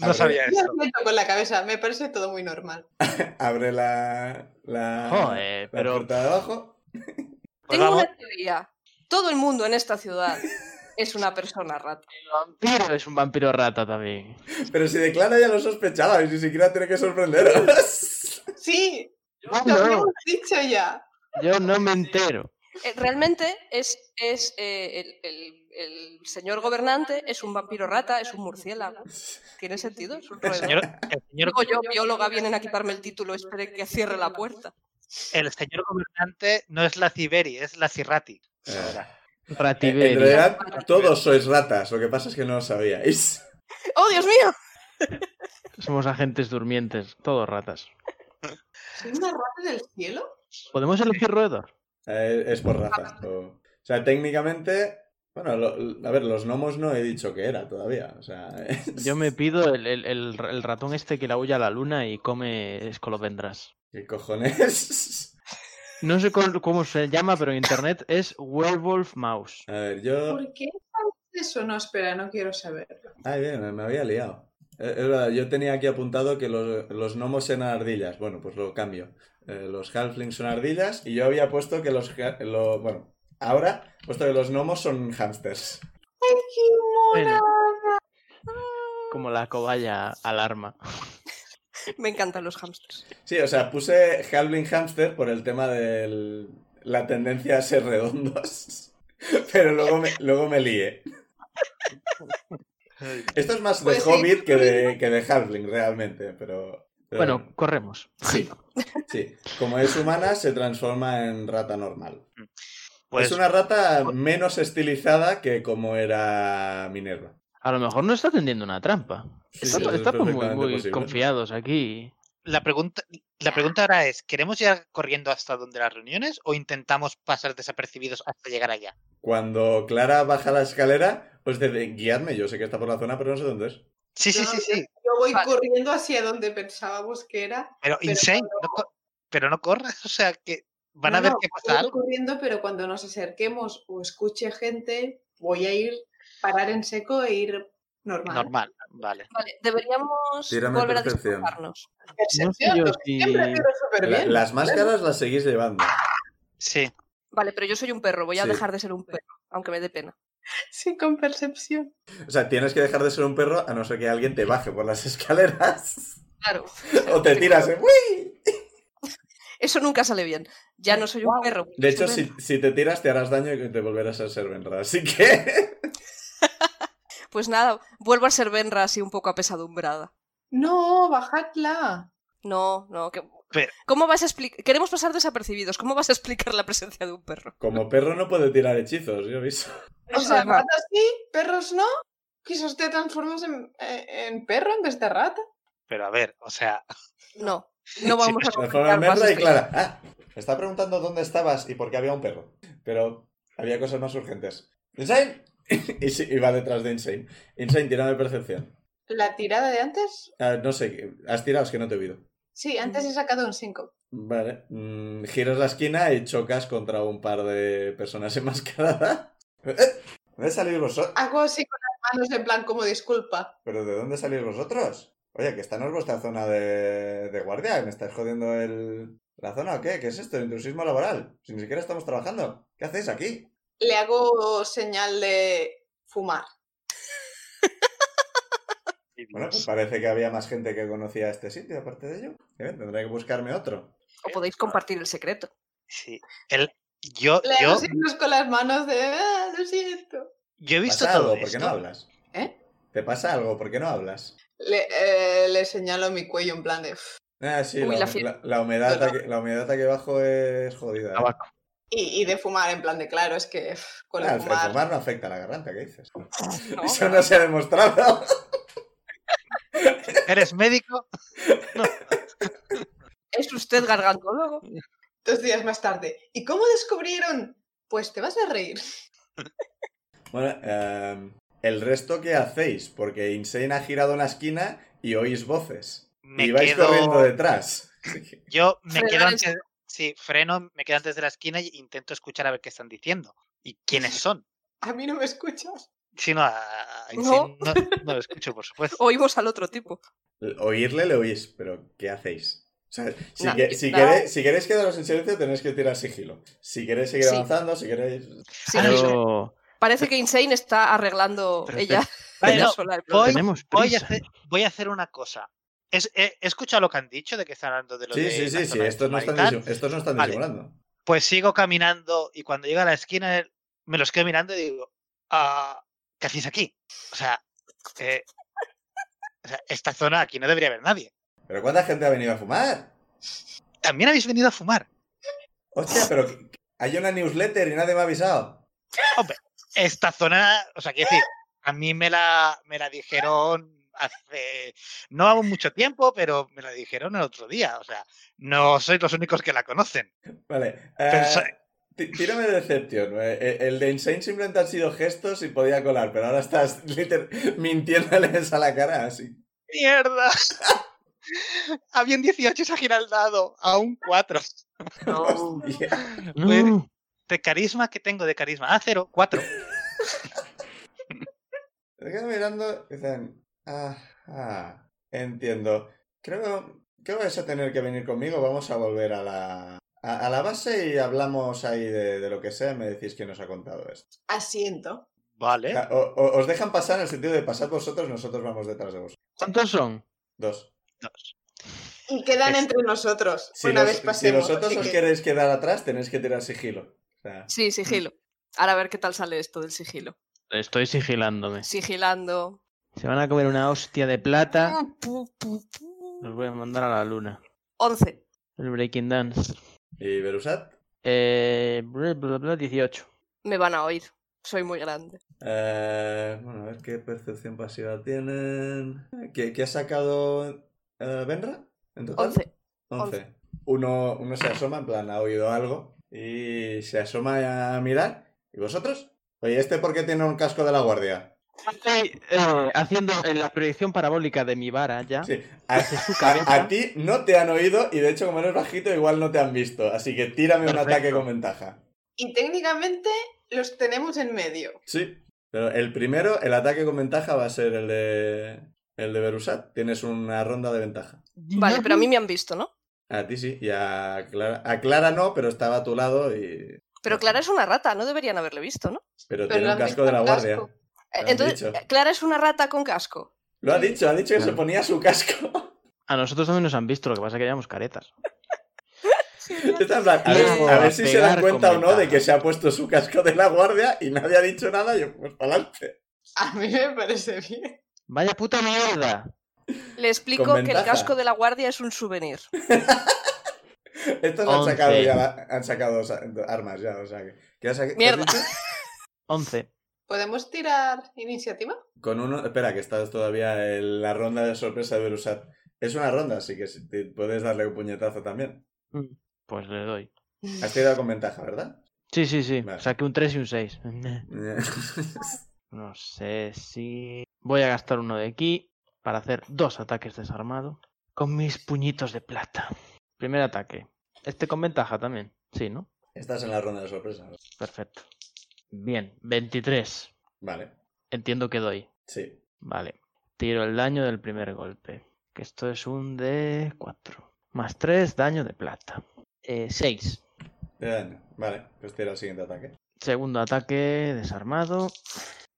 No
ver.
sabía
Yo
esto.
siento con la cabeza, me parece todo muy normal.
Abre la, la,
Joder,
la
pero-
puerta de abajo.
Pues
Tengo
vamos.
una teoría. Todo el mundo en esta ciudad es una persona rata.
El vampiro es un vampiro rata también.
Pero si de Clara ya lo sospechabais, ni siquiera tiene que sorprenderos.
Sí, lo
No,
habíamos dicho ya.
yo no me entero.
Eh, Realmente es, es eh, el, el- el señor gobernante es un vampiro rata, es un murciélago. ¿Tiene sentido? Es un
El
roedor.
señor, el, señor,
Luego yo, bióloga, vienen a quitarme el título, espere que cierre la puerta.
el señor gobernante no es la Ciberi, es la Cirrati. Ahora.
En
Ratiberia.
realidad,
pues
todos sois ratas, lo que pasa es que no lo sabíais.
¡Oh, Dios mío!
Somos agentes durmientes, todos ratas.
¿Es una rata del cielo?
¿Podemos elegir roedor?
Eh, es por raza. O, o sea, técnicamente. Bueno, lo- lo- a ver, los gnomos no he dicho que era todavía. O sea, es-
Yo me pido el, el- el- el ratón este que la huye a la luna y come escolopendras.
¿Qué cojones?
No sé cómo, cómo se llama, pero en internet es Werewolf Mouse.
A ver, yo.
¿Por qué sabes eso? No, espera, no quiero saberlo.
Ay, bien, me- me había liado. Eh, es verdad, yo tenía aquí apuntado que los, los gnomos eran ardillas. Bueno, pues lo cambio. Eh, los halflings son ardillas y yo había puesto que los. ga- lo- bueno, ahora he puesto que los gnomos son hamsters.
¡Ay, qué
Bueno.
mona!
Como la cobaya alarma.
Me encantan los hamsters.
Sí, o sea, puse Halbling Hamster por el tema de la tendencia a ser redondos. Pero luego me, luego me lié. Esto es más de
Pues sí.
Hobbit que de, que de Halbling, realmente, pero... pero
Bueno, corremos.
Eh. Sí, como es humana, se transforma en rata normal.
Pues
Es una rata menos estilizada que como era Minerva.
A lo mejor no está tendiendo una trampa.
Sí, sí,
Está-
es
Estamos muy,
perfectamente
muy
posible.
confiados aquí.
la pregunta, la pregunta ahora es, ¿queremos llegar corriendo hasta donde las reuniones o intentamos pasar desapercibidos hasta llegar allá?
Cuando Clara baja la escalera, os dice, guiadme, yo sé que está por la zona, pero no sé dónde es.
Sí, sí,
No,
sí,
no,
sí.
Yo voy
Vale.
corriendo hacia donde pensábamos que era.
Pero,
Pero
insane, no co- pero no corras, o sea que van a
No,
ver
no,
que
voy
pasa algo.
corriendo, pero cuando nos acerquemos o escuche gente, voy a ir, parar en seco e ir normal.
Normal, vale.
Vale, deberíamos
Tírame
volver a
percepción.
disculparnos.
No sé
Percepción,
yo
lo que
si-
siempre tiro súper
La-
bien.
las máscaras las seguís llevando.
Sí,
Vale, pero yo soy un perro, voy a
Sí.
dejar de ser un perro, aunque me dé pena.
Sí, con percepción.
O sea, tienes que dejar de ser un perro a no ser que alguien te baje por las escaleras.
Claro.
o te tiras. ¿eh? ¡Uy!
Eso nunca sale bien. Ya no soy un perro.
De
soy
hecho,
un
si, si te tiras, te harás daño y te volverás a ser Benra. Así que.
perro. Pues nada, vuelvo a ser Benra así un poco apesadumbrada.
No, bajadla.
No, no, que...
Pero-
¿Cómo vas a explicar? Queremos pasar desapercibidos. ¿Cómo vas a explicar la presencia de un perro?
Como perro no puede tirar hechizos, yo he visto.
O sea,
Además-
ratas sí, perros no. Quizás te transformas en, eh, en perro en vez de rata.
pero a ver, o sea,
No, no vamos a
Transforma
complicar
en
más
Benra y
este-
Clara. Ah, me está preguntando dónde estabas y por qué había un perro. Pero había cosas más urgentes. ¡Insane! y, sí, y va detrás de Insane. Insane, tírame percepción.
La tirada de antes,
Ah, no sé, qué- has tirado, es que no te he oído.
sí, antes he sacado un 5.
Vale. Mm, giras la esquina y chocas contra un par de personas enmascaradas. ¡Eh! ¿Dónde salís vosotros?
Hago así con las manos en plan como disculpa.
¿Pero de dónde salís vosotros? Oye, que esta no es vuestra zona de, de guardia. ¿Me estáis jodiendo el... la zona o qué? ¿Qué es esto? ¿Intrusismo laboral? Si ni siquiera estamos trabajando. ¿Qué hacéis aquí?
Le hago señal de fumar.
Bueno, pues parece que había más gente que conocía este sitio, aparte de ello. Eh, tendré que buscarme otro.
O podéis compartir el secreto.
sí. El, yo,
Le hago
yo,
signos con las manos de, ah, lo siento.
yo he visto
¿Pasa
todo
algo? ¿Por qué
esto.
no hablas?
¿Eh?
¿Te pasa algo? ¿Por qué no hablas?
Le, eh, le señalo mi cuello en plan de... "Uf".
Ah, sí,
Uy,
la,
la
hum-
fie-
la- la humedad
Perdón.
aquí, la humedad aquí abajo es jodida. ¿eh?
Tabaco.
Y, y de fumar en plan de, claro, es que uf, con
Ah,
el
el
fumar...
fumar no afecta a la garganta, ¿qué dices?
No,
Eso no se ha demostrado.
¿Eres médico?
Es usted gargantólogo.
Dos días más tarde. ¿Y cómo descubrieron? Pues te vas a reír.
Bueno, eh, el resto que hacéis, porque Insane ha girado una esquina y oís voces.
Me
y vais
quedo-
corriendo detrás.
Yo me
Frenar
quedo
el
antes. Sí, freno, me quedo antes de la esquina e intento escuchar a ver qué están diciendo. ¿Y quiénes son?
A mí no me escuchas.
Si no, a- a-
No.
no, no lo escucho, por supuesto.
Oímos al otro tipo.
Oírle le oís, pero ¿qué hacéis? O sea, si,
Nah,
que-
yo-
si
nah.
queréis, si queréis quedaros en silencio, tenéis que tirar sigilo. Si queréis seguir
Sí.
avanzando, si queréis.
Sí,
Pero-
sí. Parece que Insane está arreglando
Pero
ella,
Vale,
ella
no,
sola el
voy-
problema.
Tenemos
Voy a
prisa.
hacer, voy a hacer una cosa. Es- he, he escuchado lo que han dicho de que están hablando de lo
Sí,
de
sí,
la
sí, sí.
zona de
Estos no, están
Sumarital.
disim- estos no están
Vale.
disimulando.
Pues sigo caminando y cuando llega a la esquina eh, me los quedo mirando y digo, "Ah, ¿qué hacéis aquí? O sea, eh, o sea, esta zona aquí no debería haber nadie.
¿Pero cuánta gente ha venido a fumar?
También habéis venido a fumar.
Hostia, pero que- que hay una newsletter y nadie me ha avisado.
Esta zona, o sea, quiero decir, a mí me la, me la dijeron hace, no hago mucho tiempo, pero me la dijeron el otro día. O sea, no sois los únicos que la conocen.
Vale.
Pero
eh,
sa-
tí- tírame de decepción. eh, eh, El de Insane simplemente han sido gestos y podía colar, pero ahora estás liter mintiéndoles a la cara así.
¡Mierda! Había un 18 y se ha girado el dado a un 4.
No.
Hostia.
Pues,
No,
de carisma que tengo de carisma. Ah, cero, cuatro.
Me quedo mirando y dicen, ajá, entiendo. Creo que vais a tener que venir conmigo. Vamos a volver a la, a, a la base y hablamos ahí de, de lo que sea. Me decís quién os ha contado esto. Ah,
Asiento.
O
Vale.
sea, o- o- os dejan pasar en el sentido de pasar vosotros, nosotros vamos detrás de vosotros.
¿Cuántos son?
Dos.
Dos.
Y quedan
Es-
entre nosotros.
Si,
una
los-
vez
si
pasemos.
vosotros
así
os
que-
queréis quedar atrás, tenéis que tirar sigilo. O sea,
Sí, sigilo. Ahora a ver qué tal sale esto del sigilo.
Estoy sigilándome.
Sigilando.
Se van a comer una hostia de
Ah.
plata.
Mm, pu, pu, pu.
Los voy a mandar a la luna.
11.
El Breaking Dance.
¿Y Berusat?
Eh, bla, bla, bla, 18.
Me van a oír. Soy muy grande.
Eh, bueno, a ver qué percepción pasiva tienen. ¿Qué, qué ha sacado eh, Benra? en total?
Once.
11. Uno, uno se asoma, en plan, ha oído algo y se asoma a mirar. ¿Y vosotros? Oye, ¿este por qué tiene un casco de la guardia?
Estoy eh, haciendo en la proyección parabólica de mi vara ya.
Sí. A,
Desde su
a-
cabeza.
a ti no te han oído y de hecho, como eres bajito, igual no te han visto. Así que tírame un
Perfecto.
ataque con ventaja.
Y técnicamente los tenemos en medio.
Sí. Pero el primero, el ataque con ventaja va a ser el de. El de Berusat. Tienes una ronda de ventaja.
Vale, pero a mí me han visto, ¿no?
A ti sí. Y a Clara. A Clara no, pero estaba a tu lado y.
Pero Clara es una rata, no deberían haberle visto, ¿no?
Pero,
Pero
tiene
le
un
han
casco
visto
de la
el
guardia.
casco.
Eh,
han
Entonces,
dicho.
eh, Clara es una rata con casco.
Lo ha dicho, ha dicho que se
Claro.
ponía su casco.
A nosotros también nos han visto, lo que pasa es que llevamos caretas.
Está en plan, a, ver,
Luego,
a ver
a
si se dan
pegar
cuenta o
con
no de
ventaja.
que se ha puesto su casco de la guardia y nadie ha dicho nada. Yo, pues pa'lante.
A mí me parece bien.
Vaya puta mierda.
Le explico
Con
que el
ventaja.
casco de la guardia es un souvenir.
Estos han
Once.
sacado, ya la- han sacado sa- armas ya, o sea que. ¿qué has sa- qué has
Mierda.
dicho?
11.
¿Podemos tirar iniciativa?
Con uno. Espera, que estás todavía en la ronda de sorpresa de Berusat. Es una ronda, así que si te- puedes darle un puñetazo también.
Mm.
Pues le doy.
Has tirado con ventaja, ¿verdad?
Sí, sí, sí.
Vale.
Saqué un 3 y un 6. No sé si... Voy a gastar uno de aquí para hacer dos ataques desarmado con mis puñitos de plata. Primer ataque. Este con ventaja también. Sí, ¿no?
estás en la ronda de sorpresa.
Perfecto. Bien, 23.
Vale,
Entiendo que doy.
sí.
Vale. Tiro el daño del primer golpe. Que esto es un de 4. Más 3, daño de plata. Eh, 6.
Te daño. Vale, pues tira el siguiente ataque.
Segundo ataque desarmado.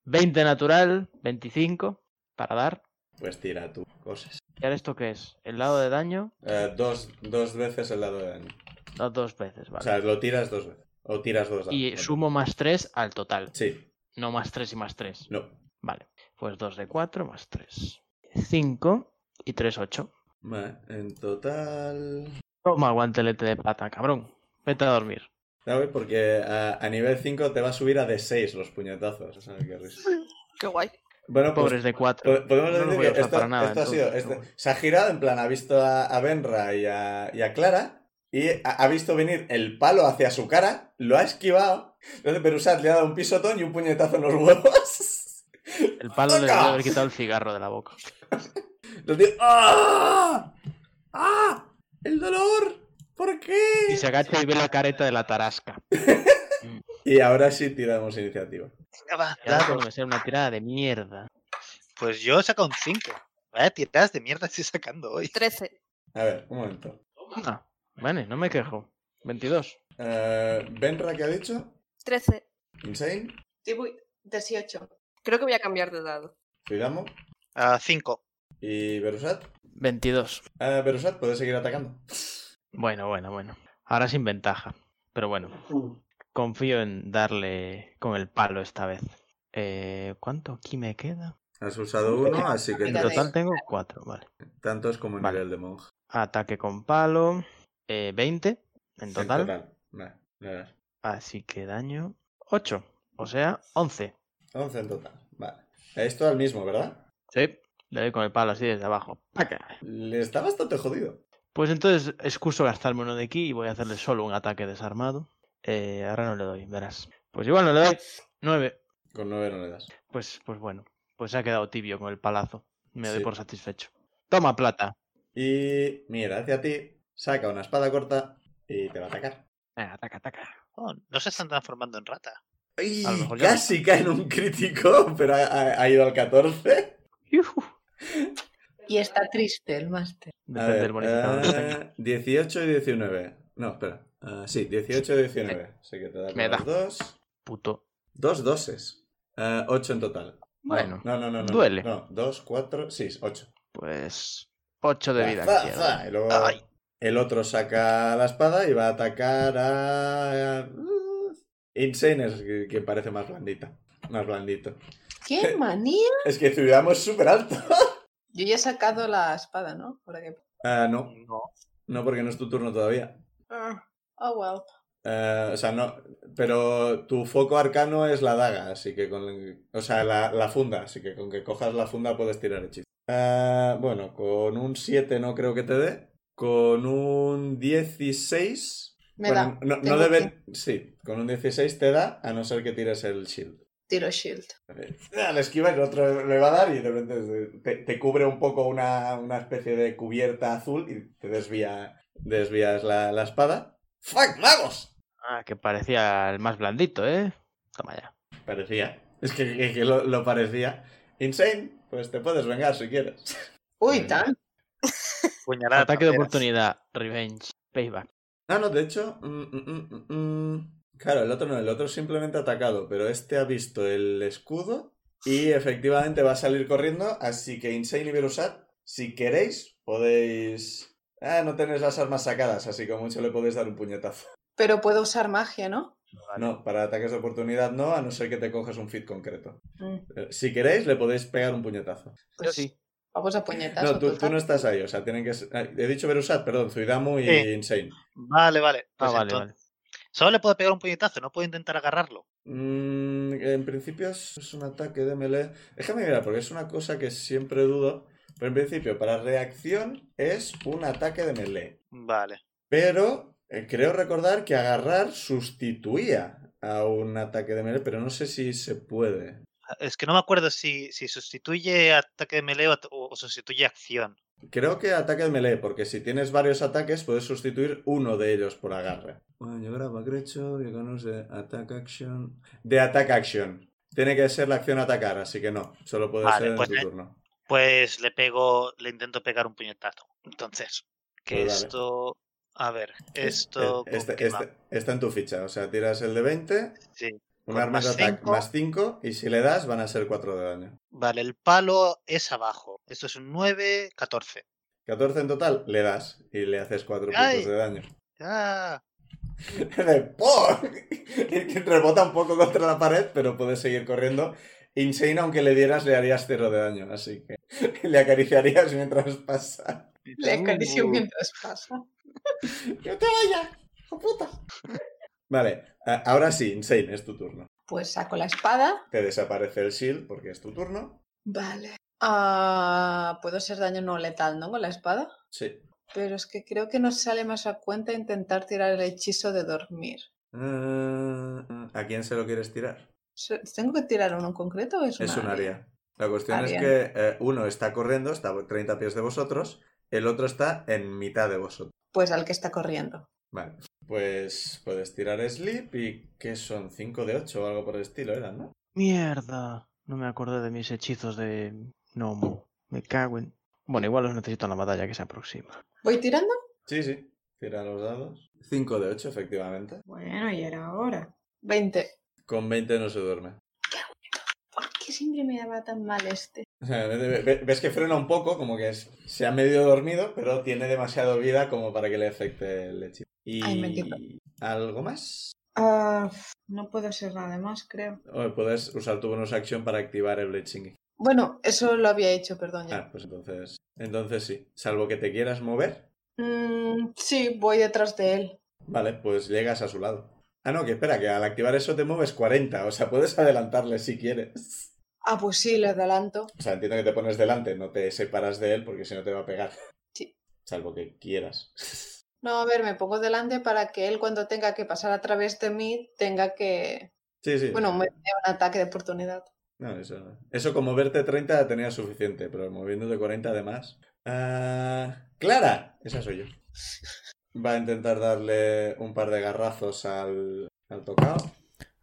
20 natural, 25 para dar.
Pues tira tú cosas.
¿Y ahora esto qué es? El lado de daño
Eh, dos, dos veces el lado de daño.
da dos veces,
O
vale.
sea, lo tiras dos veces. O tiras dos dados.
y
Vale.
sumo más 3 al total.
Sí,
No más 3 y más 3.
no.
Vale. Pues 2 de 4 más 3. 5 y 3, 8.
Vale, en total.
Toma el guantelete de plata, cabrón. Vete a dormir.
¿Sabes? Porque eh, a, a nivel 5 te va a subir a de 6 los puñetazos. ¿sabes? Qué risa.
Qué guay.
Bueno, pues.
Pobres de
po-
4.
Podemos
No lo
decir
voy
que
a usar
esto,
para nada,
esto ha sido.
entonces,
este-
pero bueno.
se ha girado, en plan, ha visto a, a Benra y a, y a Clara. Y ha, ha visto venir el palo hacia su cara. Lo ha esquivado. Entonces, Perusat le ha dado un pisotón y un puñetazo en los huevos.
El palo le debe
pues, ¡Toca!
haber quitado el cigarro de la boca.
Los tíos. ¡Ah! ¡Ah! ¡El dolor! ¿Por qué?
Y se agacha y ve la careta de la tarasca.
Y ahora sí tiramos iniciativa.
Venga, va,
Y ahora
dados.
tengo que ser una tirada de mierda.
Pues yo he sacado un 5. Vaya tiradas de mierda estoy sacando hoy.
13.
A ver, un momento.
Ah, vale, no me quejo. 22.
Eh, Benra, ¿qué ha dicho?
13.
Insane.
Tipo 18.
Creo que voy a cambiar de dado.
Cuidamo.
Ah, 5.
¿Y Berusat?
22.
Ah, Berusat, puedes seguir atacando.
Bueno, bueno, bueno. Ahora sin ventaja. Pero bueno. Confío en darle con el palo esta vez. Eh, ¿Cuánto aquí me queda?
Has usado
uno,
así que
En
Mira,
total tengo 4, vale.
tanto es como
en Vale. nivel
de monje.
Ataque con palo. eh, 20 en total.
Vale, le das.
Así que daño 8. O sea, 11.
11 en total. Vale. Esto al mismo, ¿verdad?
Sí. Le doy con el palo así desde abajo. ¡Paca!
Le está bastante jodido.
Pues entonces excuso gastarme uno de aquí y voy a hacerle solo un ataque desarmado. Eh, ahora no le doy, verás. Pues igual no le doy. 9.
Con 9 no le das.
Pues, pues bueno, pues se ha quedado tibio con el palazo. Me doy
Sí.
por satisfecho. Toma plata.
Y mira hacia ti, saca una espada corta y te va a atacar.
Venga, ataca, ataca.
Oh, no se están transformando en rata.
¡Ay!
A lo mejor ya
Casi cae en un crítico, pero ha, ha- ha ido al 14.
Yujú.
Y está triste el máster.
A
Depende
ver,
del bonificador que tenga.
eh, 18 y 19. No, espera. Ah, sí, 18 y 19. Así que te da
Me
con los
da.
dos.
Puto.
Dos doses. 8 en total. No,
Bueno,
No, no, no. no
duele.
No, 2, 4, 6, 8.
pues 8 de vida. que pierdo.
Y luego
Ay.
el otro saca la espada y va a atacar a... Insane es que- que parece más blandita. Más blandito.
¡Qué manía!
Es que Zuidamo es súper alto.
Yo ya he sacado la espada, ¿no? Ahora que-
Ah, no,
No.
no, porque no es tu turno todavía.
Ah, Oh, well.
Eh, o sea, no. Pero tu foco arcano es la daga, así que con. O sea, la, la funda, así que con que cojas la funda puedes tirar hechizo. Eh, bueno, con un 7 no creo que te dé. Con un 16.
Me
bueno,
da.
no- no
Tengo
debe. Sí, con un 16 te da, a no ser que tires el shield.
Tiro shield.
Ah, Le esquiva y el otro le va a dar y de repente te, te cubre un poco una, una especie de cubierta azul y te desvía, desvías la, la espada. ¡Fuck, magos!
Ah, que parecía el más blandito, ¿eh? Toma ya.
Parecía. Es que, que- que lo, lo parecía. Insane, pues te puedes vengar si quieres. eh,
Uy, tan.
Puñalada.
Ataque de
traseras.
oportunidad. Revenge. Payback. Ah,
No, no, de hecho... mm, mm, mm, mm, mm. Claro, el otro no, el otro simplemente ha atacado, pero este ha visto el escudo y efectivamente va a salir corriendo, así que Insane y Berusat, si queréis, podéis... Ah, no tenéis las armas sacadas, así que mucho le podéis dar un puñetazo.
Pero puedo usar magia, ¿no?
No, para ataques de oportunidad no, a no ser que te cojas un fit concreto.
Mm,
Eh, Si queréis, le podéis pegar un puñetazo.
Pues
sí.
Vamos a puñetas.
No, tú, tú no estás ahí, o sea, tienen que... ser- ah, He dicho Berusat, perdón, Zuidamu y
Sí.
Insane.
Vale, vale.
Ah,
Pues
vale,
entonces-
vale.
Solo le puedo pegar un puñetazo, no puedo intentar agarrarlo.
Mm, en principio es es un ataque de melee. Déjame mirar, porque es una cosa que siempre dudo. Pero en principio, para reacción es un ataque de melee.
Vale.
Pero eh, creo recordar que agarrar sustituía a un ataque de melee, pero no sé si se puede.
Es que no me acuerdo si, si sustituye ataque de melee o, at- o- o sustituye acción.
Creo que ataque de melee, porque si tienes varios ataques puedes sustituir uno de ellos por agarre. Bueno, yo grabo a Grecho, de attack action. De attack action. Tiene que ser la acción atacar, así que no. Solo puede
Vale,
ser en
pues
tu
me-
turno.
Pues le pego, le intento pegar un puñetazo. Entonces, que
Pues dale.
esto. A ver, esto.
Eh,
¿con
este-
qué
este-
va?
está en tu ficha, o sea, tiras el de 20,
Sí.
un
Con
arma
más
de ataque
cinco.
más 5 y si le das van a ser 4 de daño.
Vale, el palo es abajo. Esto es un 9, 14.
14 en total, le das y le haces 4
¡Ay!
puntos de daño.
¡Ah!
De ¡pum! Y Rebota un poco contra la pared, pero puedes seguir corriendo. Insane, aunque le dieras, le harías 0 de daño, así que le acariciarías mientras pasa.
Le acaricio
Uh,
mientras pasa.
¡No te vayas! ¡hijo puta! Vale, a- ahora sí, Insane, es tu turno.
Pues saco la espada.
Te desaparece el shield porque es tu turno.
Vale. Ah, puedo hacer daño no letal, ¿no? Con la espada.
Sí.
Pero es que creo que nos sale más a cuenta intentar tirar el hechizo de dormir.
Eh, ¿A quién se lo quieres tirar?
Se- ¿Tengo que tirar uno en concreto o es un
Es un área. La cuestión
Área.
es que eh, uno está corriendo, está a 30 pies de vosotros, el otro está en mitad de vosotros.
Pues al que está corriendo.
Vale. Pues puedes tirar Sleep y que son 5 de 8 o algo por el estilo, ¿era, no?
Mierda. No me acuerdo de mis hechizos de Nomo. Me cago en. Bueno, igual los necesito en la batalla que se aproxima.
¿Voy tirando?
Sí, sí. Tira los dados. 5 de 8, efectivamente.
Bueno, y era ahora.
20.
Con 20 no se duerme.
¿Por qué siempre me daba tan mal este?
O sea, ve- ve- ve- ves que frena un poco, como que es- se ha medio dormido, pero tiene demasiado vida como para que le afecte el hechizo. Y...
Ay, me quito.
¿Algo más?
Ah, no puedo hacer nada más, creo.
O puedes usar tu bonus action para activar el Bleaching.
Bueno, eso lo había hecho, perdón ya.
Ah, pues entonces. Entonces sí. Salvo que te quieras mover.
Mm, sí, voy detrás de él.
Vale, pues llegas a su lado. Ah, no, que espera, que al activar eso te mueves 40. O sea, puedes adelantarle si quieres.
Ah, pues sí, le adelanto.
O sea, entiendo que te pones delante, no te separas de él porque si no te va a pegar.
Sí.
Salvo que quieras.
No, a ver, me pongo delante para que él cuando tenga que pasar a través de mí tenga que...
Sí, sí.
Bueno, me dé un ataque de oportunidad.
No, eso, eso con moverte 30 tenías suficiente, pero moviéndote 40 además. Ah, ¡Clara! Esa soy yo. Va a intentar darle un par de garrazos al, al tocado.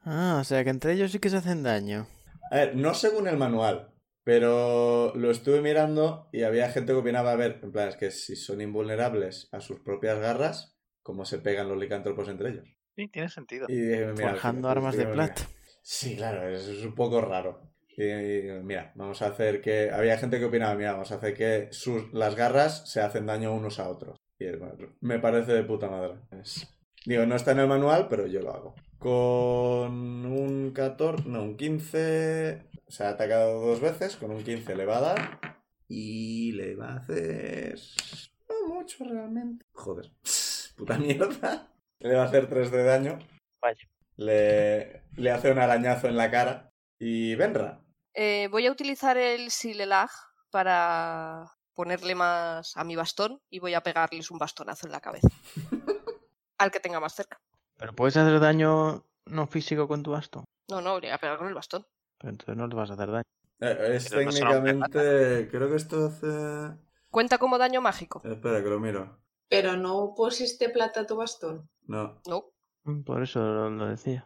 Ah, o sea que entre ellos sí que se hacen daño.
A ver, no según el manual, pero lo estuve mirando y había gente que opinaba, a ver, en plan, es que si son invulnerables a sus propias garras, ¿cómo se pegan los licántropos entre ellos?
Sí, tiene sentido.
Y dije, mira,
Forjando
al final,
armas de
digo,
plata.
mira, Sí, claro, es, es un poco raro. Y, y, mira, vamos a hacer que. Había gente que opinaba, mira, vamos a hacer que sus, las garras se hacen daño unos a otros. Y es, bueno, me parece de puta madre. Es- digo, no está en el manual, pero yo lo hago. Con un 14, no, un 15. Se ha atacado dos veces, con un 15 le va a dar. Y le va a hacer. No mucho realmente. Joder, puta mierda. Le va a hacer 3 de daño.
Vaya.
Le, le hace un arañazo en la cara. Y Benra.
Eh, voy a utilizar el Silelag para ponerle más a mi bastón y voy a pegarles un bastonazo en la cabeza. Al que tenga más cerca.
Pero puedes hacer daño no físico con tu bastón.
No, no, voy a pegar con el bastón.
Pero entonces no le vas a hacer daño.
Eh, Es
Pero no se
técnicamente. creo que esto hace.
Cuenta como daño mágico.
Espera, que lo miro.
Pero no pusiste plata a tu bastón.
No.
No.
Mm, Por eso lo, lo decía.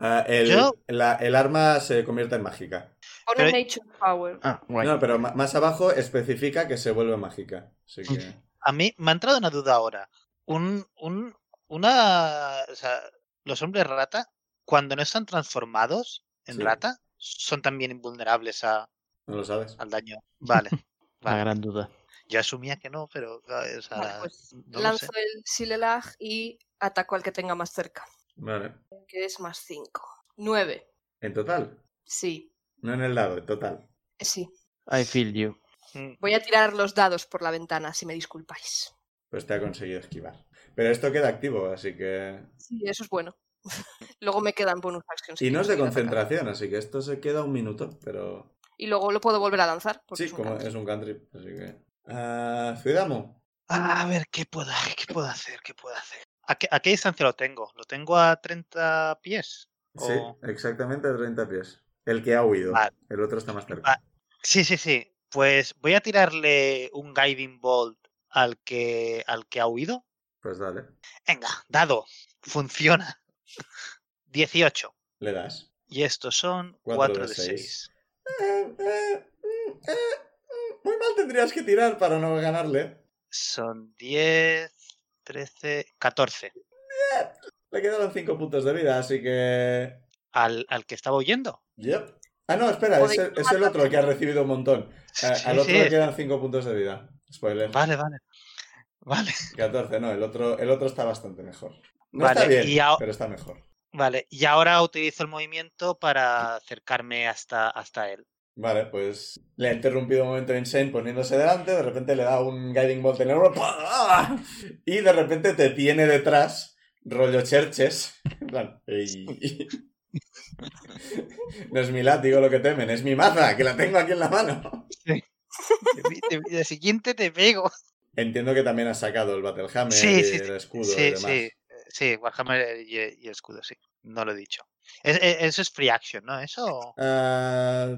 Ah, el,
Yo-
la- el arma se convierte en mágica.
Pone
Pero-
Nature Power.
Ah, guay.
No, pero ma- más abajo especifica que se vuelve mágica. Así que.
A mí me ha entrado una duda ahora. Un, un, una, o sea, los hombres rata, cuando no están transformados en
Sí.
rata, son también invulnerables a-
No lo sabes.
al daño. Vale.
La
vale.
gran duda.
Yo asumía que no, pero eh, o sea,
Vale, pues
no lo sé.
lanzo el Silelag y ataco al que tenga más cerca.
Vale.
Que es más 5. 9.
En total.
Sí,
No en el lado, en total.
sí.
I feel you.
Mm,
Voy a tirar los dados por la ventana, si me disculpáis.
Pues te ha conseguido esquivar. Pero esto queda activo, así que.
Sí, eso es bueno. Luego me quedan bonus actions.
Y
que
no es de
puedo atacar.
concentración, así que esto se queda un minuto, pero.
Y luego lo puedo volver a lanzar. porque
Sí,
Pues es un
como
cantrip.
es un country, así que. Ah, Zuidamo.
A ver, ¿qué puedo, ay, qué puedo hacer? ¿Qué puedo hacer? ¿A qué, a qué distancia lo tengo? ¿Lo tengo a 30 pies?
Sí,
O-
exactamente a 30 pies. El que ha huido.
Vale.
El otro está más cerca.
Va- Sí, sí, sí. Pues voy a tirarle un Guiding Bolt al que, al que ha huido.
Pues dale.
Venga, dado. Funciona. 18.
Le das.
Y estos son
Cuatro
4
de
de
seis.
6.
Eh, eh, mm, eh, mm, muy mal tendrías que tirar para no ganarle.
Son 10, 13, 14.
Le quedaron 5 puntos de vida, así que.
Al, al que estaba huyendo.
Yep. Ah, no, espera, es
Podéis
el, es el otro el que ha recibido un montón. Eh,
Sí,
al otro
sí,
le
es-
quedan 5 puntos de vida. Spoiler.
Vale, vale. Vale,
14, no, el otro, el otro está bastante mejor. No
Vale,
está bien,
y ahora-
pero está mejor.
vale. Y ahora utilizo el movimiento para acercarme hasta, hasta él.
Vale, pues le ha interrumpido un momento Insane poniéndose delante, de repente le da un Guiding Bolt en el hombro, ¡pah! y de repente te tiene detrás, rollo Cherches. En plan, "Ey". No es mi látigo lo que temen, es mi maza, que la tengo aquí en la mano.
Te pi- te pi- El siguiente te pego.
Entiendo que también has sacado el Battle Hammer,
Sí, sí,
el escudo y
Sí,
demás.
sí. eh, Sí, Warhammer y, eh, y el escudo, sí. No lo he dicho. Es- es- eso es free action, ¿no? Eso.
Ah,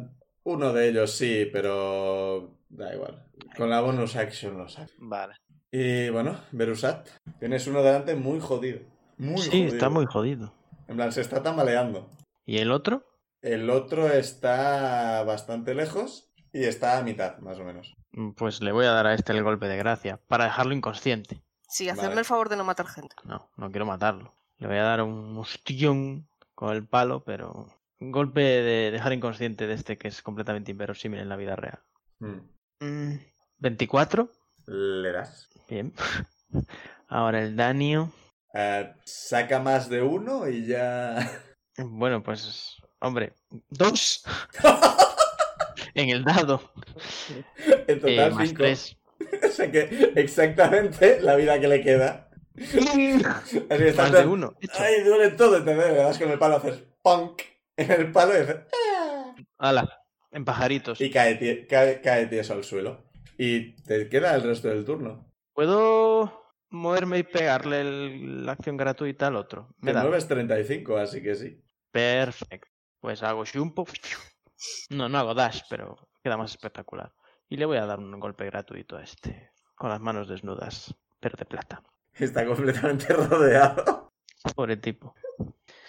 uno de ellos sí, pero da igual. Con la bonus action lo saco.
Vale.
Y bueno, Berusat, tienes uno delante muy jodido. Muy
sí,
jodido.
está muy jodido.
En plan, se está tambaleando.
¿Y el otro?
El otro está bastante lejos y está a mitad, más o menos.
Mm, Pues le voy a dar a este el golpe de gracia para dejarlo inconsciente.
Sí, hacerme
Vale.
el favor de no matar gente.
No, no quiero matarlo. Le voy a dar un hostión con el palo, pero un golpe de dejar inconsciente de este que es completamente inverosímil en la vida real.
Mm.
Mm, 24.
Le das.
Bien. Ahora el daño.
Ah, saca más de uno y ya.
Bueno, pues, hombre, dos en el dado.
en
Eh,
total,
más
cinco.
tres.
O sea que exactamente la vida que le queda. Así que está
Más
tan-
de uno. hecho.
Ay, duele todo, este ¿entendés? Le das con el palo, haces punk en el palo y, haces-
Ala, en pajaritos.
y cae, tie- cae, cae tieso al suelo. Y te queda el resto del turno.
¿Puedo moverme y pegarle el- la acción gratuita al otro? Me
Te
da.
mueves 35, así que sí.
Perfecto. Pues hago shumpo. No, no hago dash, pero queda más espectacular. Y le voy a dar un golpe gratuito a este. Con las manos desnudas, pero de plata.
Está completamente rodeado.
Pobre tipo.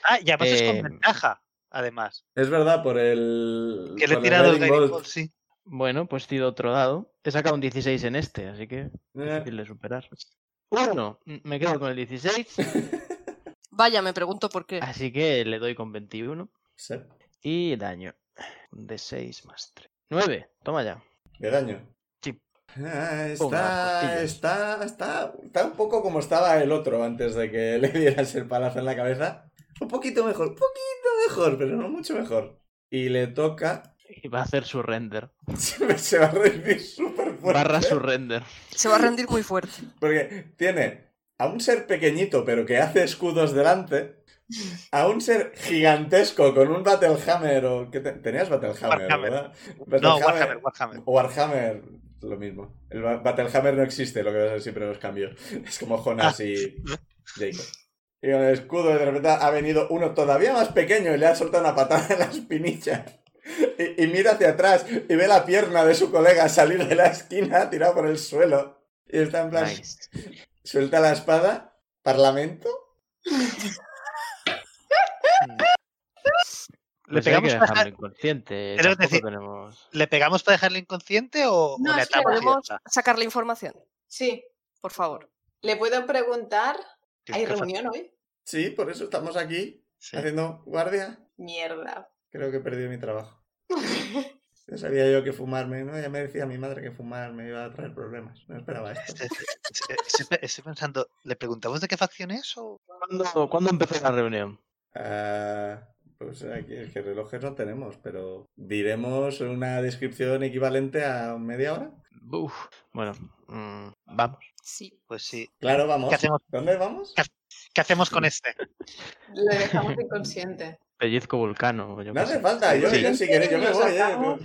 Ah, y además es
Eh,
con ventaja, además.
Es verdad, por el.
Que le he
por el
tirado el
Guiding
Guiding
Bolt.
Bolt, sí.
Bueno, pues tiro otro dado. He sacado un 16 en este, así que
Eh,
difícil de superar. Uno, m- me quedo con el 16,
Vaya, me pregunto por qué.
así que le doy con 21.
sí.
Y daño. De 6 más 3. 9, toma ya.
De daño.
Sí.
Ah,
Pum, las
está,
costillas.
está, está, está un poco como estaba el otro antes de que le dieras el palazo en la cabeza. Un poquito mejor, un poquito mejor, pero no mucho mejor. Y le toca.
Y va a hacer su render.
Se va a rendir súper fuerte.
Barra su render.
Se va a rendir muy fuerte.
Porque tiene a un ser pequeñito pero que hace escudos delante, a un ser gigantesco con un Battlehammer o... ¿qué te- Tenías Battlehammer,
Warhammer.
¿verdad?
No,
Battlehammer
Warhammer, Mm. Warhammer.
o Warhammer. lo mismo. El Ba- Battlehammer no existe, lo que va a ser siempre los cambios. Es como Jonas y Jacob. Y con el escudo de repente ha venido uno todavía más pequeño y le ha soltado una patada en la espinilla. Y, y mira hacia atrás y ve la pierna de su colega salir de la esquina tirado por el suelo. Y está en plan,
Nice.
suelta la espada, parlamento.
¿Le
Pues hay que
pegamos, para,
dejarlo
dejar-
inconsciente.
Pero es
tampoco
decir-
tenemos...
¿Le pegamos para dejarle inconsciente o, o
No,
le
es que
atamos y ya
Podemos
está?
sacar la información,
Sí,
por favor.
le puedo preguntar.
Tío,
¿Hay
qué fácil.
reunión hoy?
Sí, por eso estamos aquí
Sí.
haciendo guardia.
Mierda.
Creo que he perdido mi trabajo. Ya sabía yo que fumarme, ¿no? Ya me decía mi madre que fumar me iba a traer problemas. No esperaba esto.
Este- este- este- Estoy, pensando, ¿le preguntamos de qué facción es o...?
¿Cuándo, cuándo empezó la reunión?
Ah, pues aquí es que relojes no tenemos, pero diremos una descripción equivalente a media hora.
Buf. Bueno, mm, vamos.
Sí.
Pues sí.
Claro, vamos.
¿Qué hacemos?
¿Dónde vamos?
¿Qué hacemos con este?
Le dejamos inconsciente.
Pellizco vulcano. o Yo
No
qué sé.
hace falta, yo,
Sí.
yo si queréis, yo me
Lo
voy, eh.
sacamos.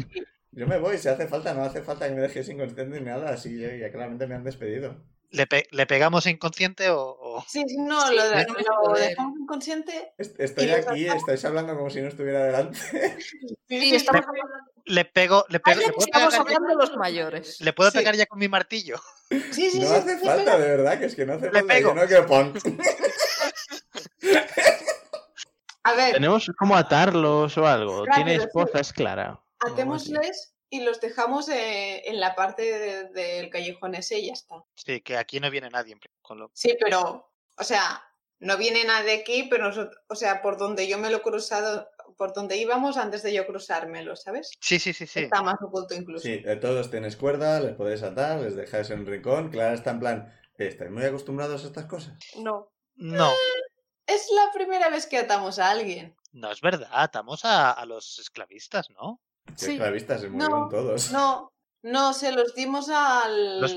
Yo me voy, si hace falta, no hace falta que me dejes inconsciente ni nada, así yo ya claramente me han despedido.
¿Le, pe- le pegamos inconsciente o...? o-
Sí, sí, no,
Sí,
lo,
sí,
de-
no
lo
joder.
dejamos inconsciente.
Est- Estoy
Y los
aquí, estáis hablando como si no estuviera delante.
Y estamos hablando,
¿Le pego...? ¿Le, pego, ¿le,
estamos
puedo, pegar ya,
hablando los mayores.
¿le puedo
Sí.
pegar ya con mi martillo?
Sí, sí,
No
sí,
hace
sí,
falta, de verdad, que es que no hace
Le
falta. Yo
pego.
no quiero pon.
A ver,
¿Tenemos cómo atarlos o algo?
Rápido,
¿Tienes
sí.
pozas, Clara? O algo así.
atémosles y los dejamos eh, en la parte de- del callejón ese y ya está.
Sí, que aquí no viene nadie. en pri- Con lo...
Sí, pero, o sea, no viene nadie aquí, pero nosotros, o sea, por donde yo me lo he cruzado, por donde íbamos antes de yo cruzármelo, ¿sabes?
Sí, sí, sí, sí.
Está más oculto incluso.
Sí, eh, todos tienes cuerda, les podéis atar, les dejáis en un rincón. Clara está en plan, "Eh, ¿estáis muy acostumbrados a estas cosas?
No.
No,
Es la primera vez que atamos a alguien.
no es verdad. Atamos a, a los esclavistas, ¿no?
Sí.
Sí. vista se
No,
murieron todos.
No, no, se los dimos al...
Los-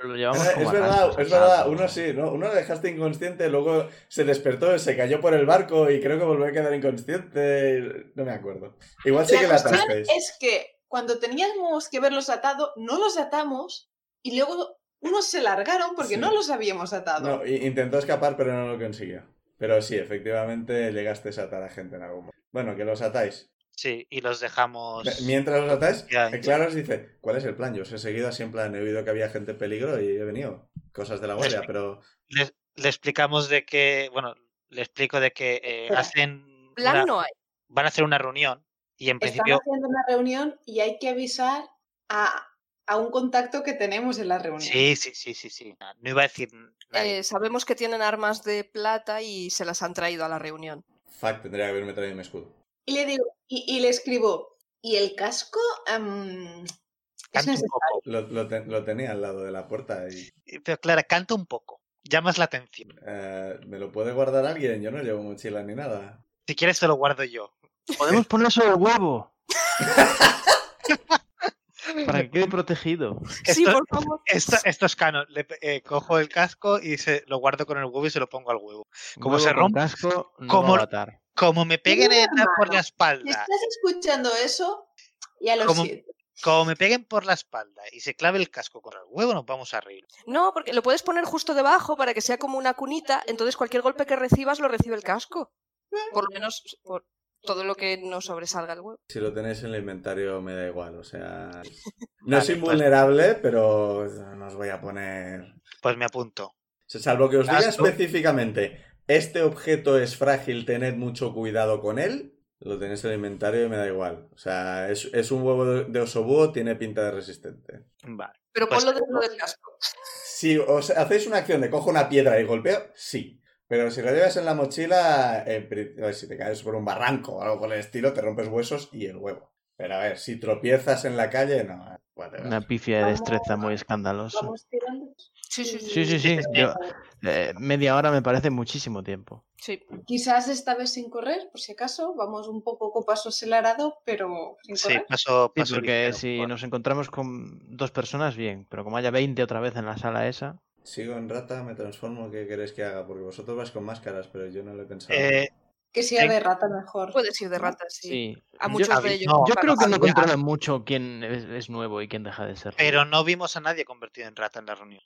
Pero Lo
Ah,
llevamos como
es
a
verdad,
rastras,
es verdad,
atado.
uno sí, ¿no? Uno lo dejaste inconsciente, luego se despertó, se cayó por el barco y creo que volvió a quedar inconsciente. No me acuerdo. Igual sí que la
la cuestión
atasteis.
es que cuando teníamos que verlos atado, no los atamos y luego unos se largaron porque
Sí.
no los habíamos atado.
No, i- intentó escapar, pero no lo consiguió. Pero sí, efectivamente llegaste a atar a gente en algún momento. Bueno, que los atáis.
Sí, y los dejamos...
Mientras los atáis,
Ya.
eh, claro, os dice, ¿cuál es el plan? Yo os he seguido así en plan, he oído que había gente en peligro y he venido. Cosas de la guardia, pero
Le, le explicamos de que... Bueno, le explico de que eh,
Espera.
hacen... una-
Plan no hay.
van a hacer una reunión y en
Están
principio...
haciendo una reunión y hay que avisar a, a un contacto que tenemos en la reunión.
Sí, sí, sí, sí, sí. No, no iba a decir nadie.
Eh, sabemos que tienen armas de plata y se las han traído a la reunión.
fuck, tendría que haberme traído mi escudo.
Y le digo, y, y le escribo, ¿y el casco? em, es
Canta un
neces-
poco.
Lo, lo te- lo tenía al lado de la puerta y
Eh, Pero Clara, canta un poco. Llamas la atención.
eh, me lo puede guardar alguien, yo no llevo mochila ni nada.
Si quieres te lo guardo yo.
Podemos poner sobre el huevo. Para que quede protegido.
Sí,
Esto-
por favor.
Esto, esto es canon. Le pe- eh, cojo el casco y se, lo guardo con el huevo y se lo pongo al huevo. Como
Huevo
se
con
rompe-
casco, no
como-
va a matar.
Como me peguen
Mira,
en la- por la
hermano, Si
espalda,
estás escuchando eso, ya lo
¿Cómo?
siento.
como me peguen por la espalda y se clave el casco con el huevo, nos vamos a reír.
No, porque lo puedes poner justo debajo para que sea como una cunita, entonces cualquier golpe que recibas lo recibe el casco. Por lo menos por todo lo que no sobresalga el huevo.
Si lo tenéis en el inventario me da igual, o sea... No
Vale,
soy
pues-
vulnerable, pero no os voy a poner...
Pues me apunto.
Salvo que os diga
Gasto.
específicamente, este objeto es frágil, tened mucho cuidado con él. Lo tenéis en el inventario y me da igual. O sea, es, es un huevo de de oso búho, tiene pinta de resistente.
Vale.
Pero
Pues-
ponlo dentro del casco.
Si os hacéis una acción de cojo una piedra y golpeo, sí. Pero si lo llevas en la mochila, en pri- a ver, si te caes por un barranco o algo por el estilo, te rompes huesos y el huevo. Pero a ver, si tropiezas en la calle, no. eh, whatever.
Una pifia de destreza muy escandalosa.
Vamos tirando.
Sí, sí, sí.
Sí, sí, sí.
sí.
yo- eh, media hora me parece muchísimo tiempo.
Sí.
Quizás esta vez sin correr, por si acaso, vamos un poco con paso acelerado, pero sin
Sí,
correr.
paso,
Sí,
paso
porque
ligero,
si
por-
nos encontramos con dos personas, bien. Pero como haya 20 otra vez en la sala esa,
Sigo en rata, me transformo, ¿qué queréis que haga? Porque vosotros vais con máscaras, pero yo no lo he pensado.
Eh,
Que sea
Venga.
de rata mejor.
Puedes ir de ratas, sí.
Sí.
A
Yo-
muchos
a
de
ver,
ellos.
no,
les
Yo
pagas.
creo que no
Había-
controlan mucho quién es, es nuevo y quién deja de ser.
Pero no vimos a nadie convertido en rata en la reunión.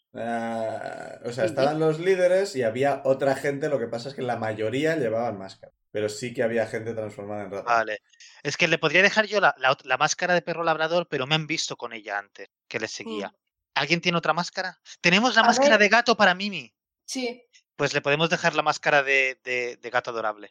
Ah, o sea, estaban los líderes y había otra gente, lo que pasa es que la mayoría llevaban máscara. Pero sí que había gente transformada en rata.
Vale. Es que le podría dejar yo la, la ot- la máscara de perro labrador, pero me han visto con ella antes, que les seguía. ¿Alguien tiene otra máscara? Tenemos la
A
máscara
ver.
de gato para Mimi.
Sí.
Pues le podemos dejar la máscara de, de- de gato adorable,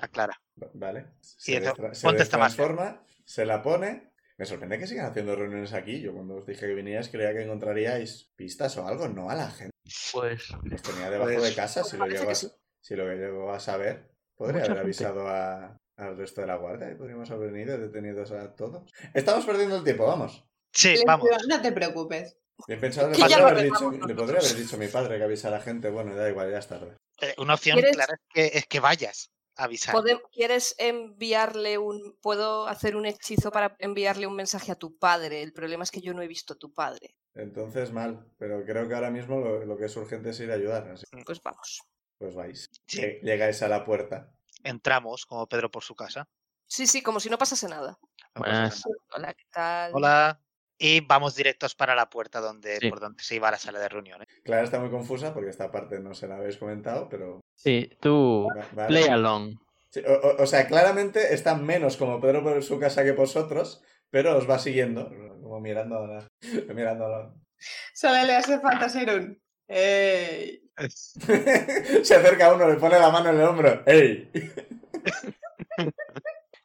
a Clara.
Va- Vale.
Y
Se,
eso,
destra- se
ponte esta
transforma, se la pone. Me sorprende que sigan haciendo reuniones aquí. Yo cuando os dije que vinierais creía que encontraríais pistas o algo, no a la gente.
Pues
Los tenía debajo
Pues-
de casa, si lo,
Parece
llego
que
a, si lo llego a saber. Podría
Mucha
haber
gente.
avisado a- al resto de la guardia y podríamos haber venido detenidos a todos. Estamos perdiendo el tiempo, vamos.
Sí,
Les
vamos.
digo, no te preocupes.
He pensado, le,
Que
ya
podría
lo
haber
arreglamos
dicho- le
nosotros.
podría haber dicho a mi padre que avisara a la gente. Bueno, da igual, ya es tarde.
Eh, una opción
¿Quieres-
clara es que, es que vayas a avisar.
Podem- ¿Quieres enviarle un... Puedo hacer un hechizo para enviarle un mensaje a tu padre. El problema es que yo no he visto a tu padre.
Entonces, mal. Pero creo que ahora mismo lo, lo que es urgente es ir a ayudar. Así
Mm.
que,
Pues vamos.
pues vais.
Sí.
Lle- Llegáis a la puerta.
Entramos, como Pedro por su casa.
Sí, sí, como si no pasase nada.
No pasa nada.
Buenas.
Hola, ¿qué tal?
Hola. Y vamos directos para la puerta donde,
Sí.
por donde se iba la sala de ¿eh? reuniones.
Clara está muy confusa porque esta parte no se la habéis comentado, pero...
sí, tú.
va- vale.
Play along.
Sí, o, o- o sea, claramente está menos como Pedro por su casa que vosotros, pero os va siguiendo, como mirando a la... Mirando a la-
Solo le hace falta ser un. eh, ¡Ey!
se acerca a uno, le pone la mano en el hombro. ¡Ey!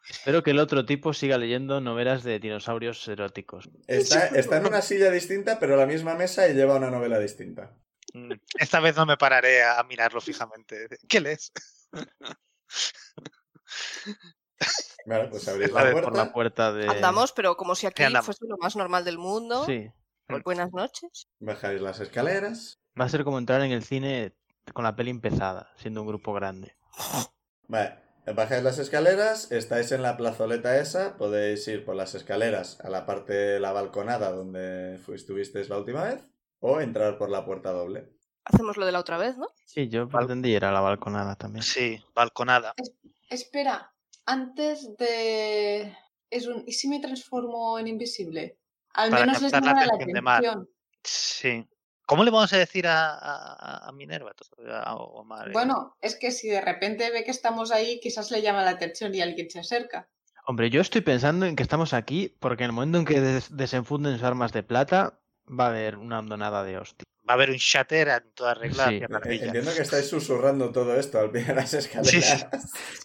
Espero que el otro tipo siga leyendo novelas de dinosaurios eróticos.
Está, está en una silla distinta, pero a la misma mesa y lleva una novela distinta.
Mm, Esta vez no me pararé a a mirarlo fijamente. ¿Qué lees?
Vale, pues abrís
Esta
la
vez
puerta.
Por la puerta de.
Andamos, pero como si aquí
andamos.
fuese lo más normal del mundo.
eh, Sí.
Pues buenas noches.
Bajáis las escaleras.
Va a ser como entrar en el cine con la peli empezada, siendo un grupo grande.
Vale, bajáis las escaleras, estáis en la plazoleta esa, podéis ir por las escaleras a la parte de la balconada donde fu- estuvisteis la última vez, o entrar por la puerta doble.
Hacemos lo de la otra vez, ¿no?
Sí, yo
Bal-
pretendí ir a la balconada también.
Sí, balconada.
Espera, antes de. Es un. ¿Y si me transformo en invisible? Al
Para
menos les
captar la
llama la
atención de Mar.
atención.
Sí. ¿Cómo le vamos a decir a, a- a Minerva? A- o a Mar, eh?
Bueno, es que si de repente ve que estamos ahí, quizás le llama la atención y alguien se acerca.
Hombre, yo estoy pensando en que estamos aquí porque en el momento en que des- desenfunden sus armas de plata, va a haber una hondonada de hostia.
Va a haber un shatter en toda regla.
Sí.
qué
Eh,
maravilla.
Entiendo que estáis susurrando todo esto al pie de las escaleras.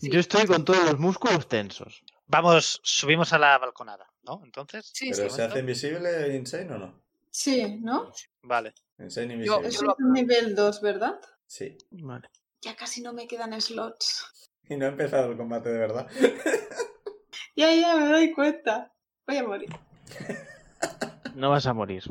Yo estoy con todos los músculos tensos.
Vamos, subimos a la balconada, ¿no? Entonces.
Sí,
¿Pero
sí.
se hace invisible Insane o no?
Sí, ¿no?
Vale.
Insane
Yo-
invisible.
Es
lo
un nivel 2, ¿verdad?
Sí.
Vale.
Ya casi no me quedan slots.
Y no ha empezado el combate de verdad.
Ya, ya, me doy cuenta. Voy a morir.
No vas a morir.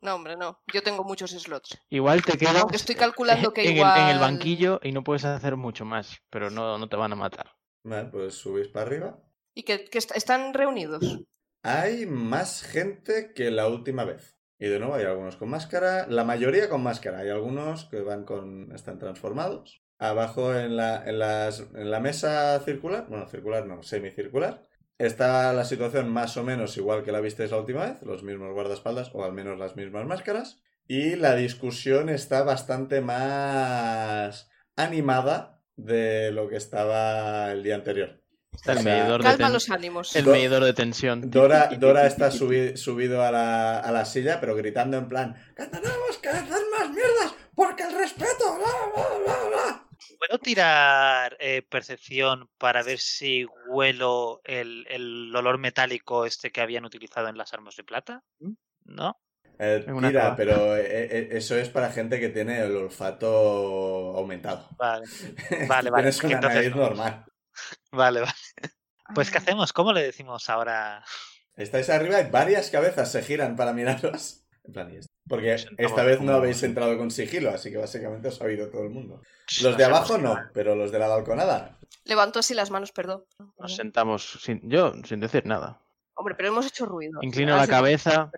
No, hombre, no. Yo tengo muchos slots.
Igual te quedas
Aunque estoy calculando que
en, el- en el
igual-
banquillo y no puedes hacer mucho más, pero no, no te van a matar.
Vale, pues subís para arriba.
Y que, que est- están reunidos.
Hay más gente que la última vez. Y de nuevo hay algunos con máscara, la mayoría con máscara, hay algunos que van con están transformados. Abajo en la, en las- en la mesa circular, bueno, circular no, semicircular, está la situación más o menos igual que la visteis la última vez, los mismos guardaespaldas o al menos las mismas máscaras. Y la discusión está bastante más animada de lo que estaba el día anterior.
Está el
O sea,
medidor de,
Calma
ten-
los ánimos.
el
Do-
medidor de tensión.
Dora, Dora está subi- subido a la, a la silla, pero gritando en plan: ¡Catalamos que hacer más mierdas! ¡Porque el respeto! bla, bla, bla, bla".
¿Puedo tirar eh, percepción para ver si huelo el, el olor metálico este que habían utilizado en las armas de plata?
¿Mm?
¿No?
Eh,
En una
tira,
cava.
pero eh, eh, eso es para gente que tiene el olfato aumentado.
Vale, Vale, vale,
Tienes una
entonces
nariz
no.
normal.
vale, vale. Pues ¿qué
Ah,
hacemos? ¿Cómo le decimos ahora?
Estáis arriba y varias cabezas se giran para miraros. En plan, ¿y esto? Porque
Nos sentamos
esta vez
como-
no habéis entrado con sigilo, así que básicamente os ha oído todo el mundo. Los
Nos
de
hemos
abajo no,
quedado-
pero los de la balconada.
Levanto así las manos, perdón.
Nos sentamos sin, yo sin decir nada.
Hombre, pero hemos hecho ruido.
Inclino
Ahora
la
sí,
cabeza.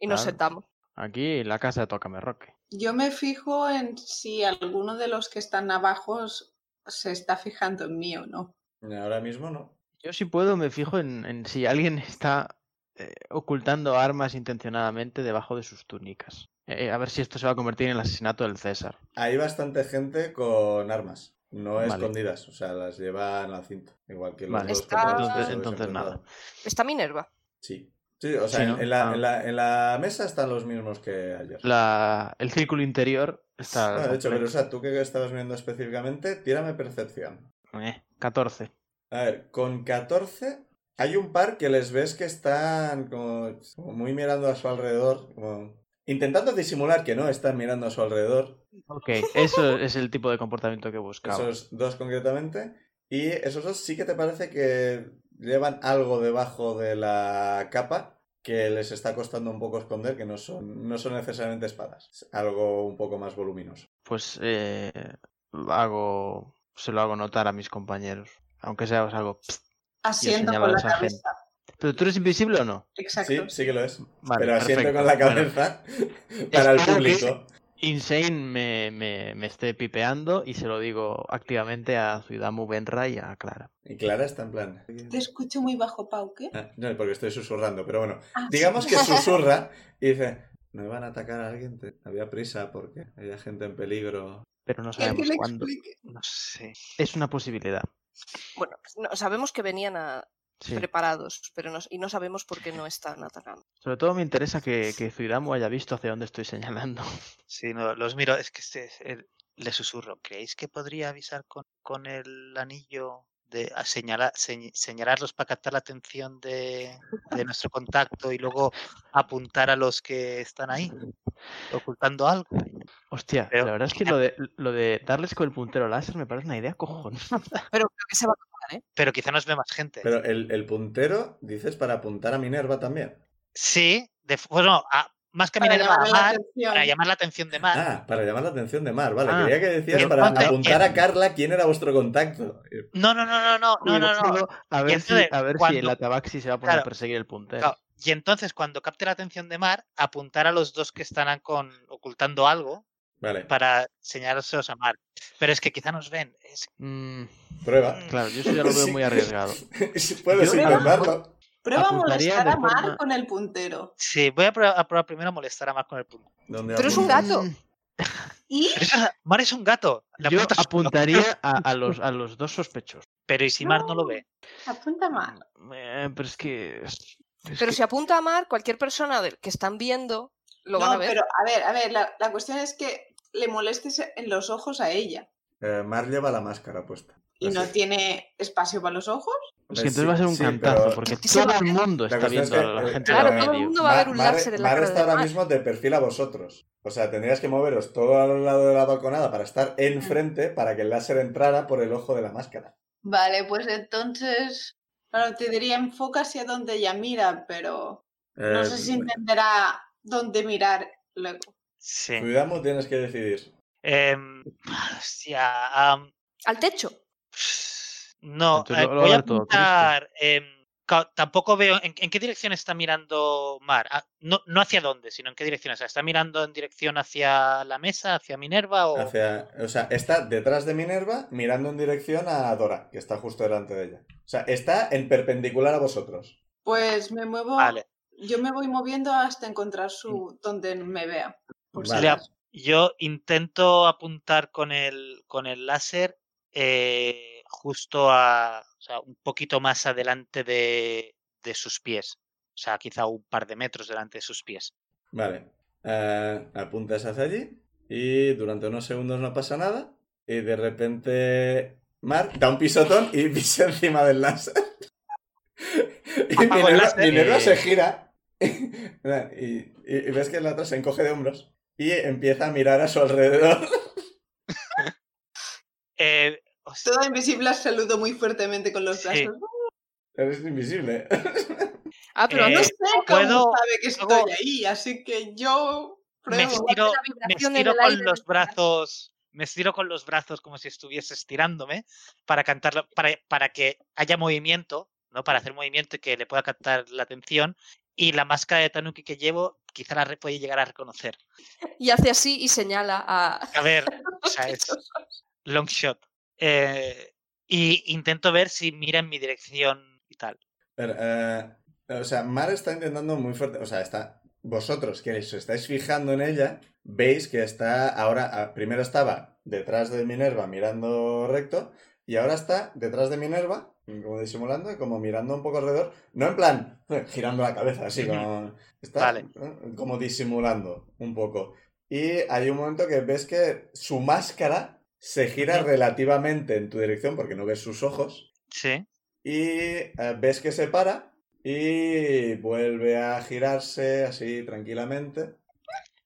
Y nos
claro.
sentamos.
Aquí la casa de Tócame Roque.
Yo me fijo en si alguno de los que están abajo s- se está fijando en mí o no.
Ahora mismo no.
Yo si puedo me fijo en, en si alguien está eh, ocultando armas intencionadamente debajo de sus túnicas. Eh, a ver si esto se va a convertir en el asesinato del César.
Hay bastante gente con armas, no
Vale.
escondidas, o sea, las lleva en la cinta, igual que los
Vale.
dos
Está-
compañeros que os
Entonces-
habéis
entonces nada.
enfrentado.
Está Minerva.
Sí. Sí, o sea,
Sí,
en-
¿no?
en, la,
Ah.
en la- en la mesa están los mismos que ayer.
La- el círculo interior está...
Ah, de hecho, pero o sea, tú que estabas viendo específicamente, tírame percepción.
Eh, 14.
A ver, con 14 hay un par que les ves que están como, como muy mirando a su alrededor, como intentando disimular que no están mirando a su alrededor,
Ok, eso es el tipo de comportamiento que buscaba.
esos dos concretamente, y esos dos sí que te parece que llevan algo debajo de la capa que les está costando un poco esconder, que no son, no son necesariamente espadas, es algo un poco más voluminoso.
Pues eh, hago... Se lo hago notar a mis compañeros. Aunque sea pues, algo... "Psst".
Asiento
señalo
con
a
la
esa gente.
cabeza.
¿Pero tú eres invisible o no?
Exacto.
Sí, sí que lo es.
Vale,
pero asiento
perfecto.
con la
Bueno,
cabeza para el
Espero que-
público.
Insane me, me, me esté pipeando y se lo digo activamente a Ciudad Benra y a Clara.
Y Clara está en plan.
Te escucho muy bajo, Pau, ¿qué?
Ah, No, porque estoy susurrando, pero bueno.
Ah,
Digamos
sí.
que susurra y dice: No iban a atacar a alguien, te- había prisa porque había gente en peligro.
Pero no
Que alguien
sabemos
le
cuándo.
explique.
No sé.
Es una posibilidad.
Bueno, pues no- sabemos que venían a-
sí.
preparados, pero no- y no sabemos por qué no están atacando.
Sobre todo me interesa que, que Zuidamu haya visto hacia dónde estoy señalando.
Sí, no, los miro. Es que se- eh, le susurro. ¿Creéis que podría avisar con, con el anillo? De, a señalar, señ- señalarlos para captar la atención de, de nuestro contacto y luego apuntar a los que están ahí ocultando algo.
Hostia,
Pero-
la verdad es que lo de, lo de darles con el puntero láser me parece una idea cojonuda.
Pero creo que se va.
Pero quizá nos ve más gente.
Pero el, el puntero, dices, para apuntar a Minerva también.
Sí, de, f- bueno, a- más que a
Para
Minerva, a
llamar la
Mar,
atención.
para llamar la atención de Mar.
Ah, para llamar la atención de Mar, vale.
Ah,
Quería que decías
pero
para
¿cuánto-
apuntar a Carla quién era vuestro contacto.
No, no, no, no, no, no,
Uy,
no, no.
boludo, A ver, si,
entonces,
a ver si
cuando-
el Atabaxi se va a poner a
Claro.
perseguir el puntero.
Claro, Y entonces cuando capte la atención de Mar, apuntar a los dos que están a- con, ocultando algo
Vale,
para señalárselos a Mar. Pero es que quizá nos ven. Es-
Mm,
prueba.
claro, yo eso ya lo veo
Sí.
muy arriesgado.
Sí, Puedes
Yo-
intentarlo.
Prueba a
Apuntaría
molestar
de
a Mar
forma-
con el puntero.
Sí, voy a probar, a probar primero a molestar a Mar con el punto.
¿Dónde
Pero es un
apuntas?
gato.
Mm,
Y
Pero eso- Mar es un gato. Le
Yo
apuntas-
apuntaría a, a los, a los dos sospechosos.
Pero ¿y si Mar no lo ve?
apunta
Ah.
Mar.
Eh, pero es que. es- es
Pero
que-
si apunta a Mar, cualquier persona del que están viendo lo van
no,
a ver.
pero a ver, a ver, la, la cuestión es que le molestes en los ojos a ella.
Eh, Mar lleva la máscara puesta.
Pues
¿Y no
Así.
tiene espacio para los ojos?
Es que entonces va a ser un
Sí,
cantazo,
pero-
porque
Sí, sí,
todo
va. ¿eh?
el mundo
La
está
cuestión es
viendo
que,
a la
eh,
gente
claro,
del
todo el
medio.
mundo va a ver
Mar-
un
Mar-
láser en la
Mar
cara
está
de
ahora
Mar.
mismo de perfil a vosotros. O sea, tendrías que moveros todo al lado de la balconada para estar enfrente para que el láser entrara por el ojo de la máscara.
Vale, pues entonces.
Claro, te diría enfoca hacia donde ella mira, pero
Eh,
no sé si entenderá dónde mirar luego.
Sí.
Cuidamos, tienes que decidir.
Em, hostia, am,
Al techo.
No,
Entonces
eh,
lo- lo
voy a
abre todo, Cristo.
apuntar. em, ca- tampoco veo en, en qué dirección está mirando Mar. Ah, no, no hacia dónde, sino en qué dirección. O sea, ¿está mirando en dirección hacia la mesa, hacia Minerva o.?
Hacia- o sea, está detrás de Minerva mirando en dirección a Dora, que está justo delante de ella. O sea, está en perpendicular a vosotros.
Pues me muevo,
Vale.
yo me voy moviendo hasta encontrar su donde me vea. por si
Vale.
Le ap-
acaso.
Yo intento apuntar con el, con el láser eh, justo a. O sea, un poquito más adelante de, de sus pies. O sea, quizá un par de metros delante de sus pies.
Vale. Eh, apuntas hacia allí y durante unos segundos no pasa nada. Y de repente Mark da un pisotón y pisa encima del láser. Y
Apago el
Minerva,
láser.
Minerva
Eh.
se gira. Y, y- y ves que la otra se encoge de hombros y empieza a mirar a su alrededor.
Eh, hostia,
Toda invisible saludo muy fuertemente con los
Sí.
brazos.
Eres invisible.
Ah, pero
Eh,
No
no
sé cómo
puedo-
sabe que estoy
puedo-
ahí, así que yo
me
pruebo.
la
estiro- me
vibración en
estiro
el
con
aire
los
del-
brazos, me estiro con los brazos como si estuviese estirándome para cantarlo, para, para que haya movimiento, ¿no? Para hacer movimiento y que le pueda captar la atención. Y la máscara de Tanuki que llevo, quizá la re- puede llegar a reconocer.
Y hace
Ah.
así y señala a.
A ver, o sea, es long shot. Eh, Y intento ver si mira en mi dirección y tal.
Pero, eh, o sea, Mar está intentando muy fuerte. O sea, está. Vosotros que os estáis fijando en ella, veis que está ahora. a- Primero estaba detrás de Minerva mirando recto. Y ahora está detrás de Minerva, como disimulando, y como mirando un poco alrededor. No en plan, eh, girando la cabeza, así como. Está
Vale.
eh, como disimulando un poco. Y hay un momento que ves que su máscara se gira
Ujú.
relativamente en tu dirección, porque no ves sus ojos.
Sí.
Y eh, ves que se para y vuelve a girarse así tranquilamente.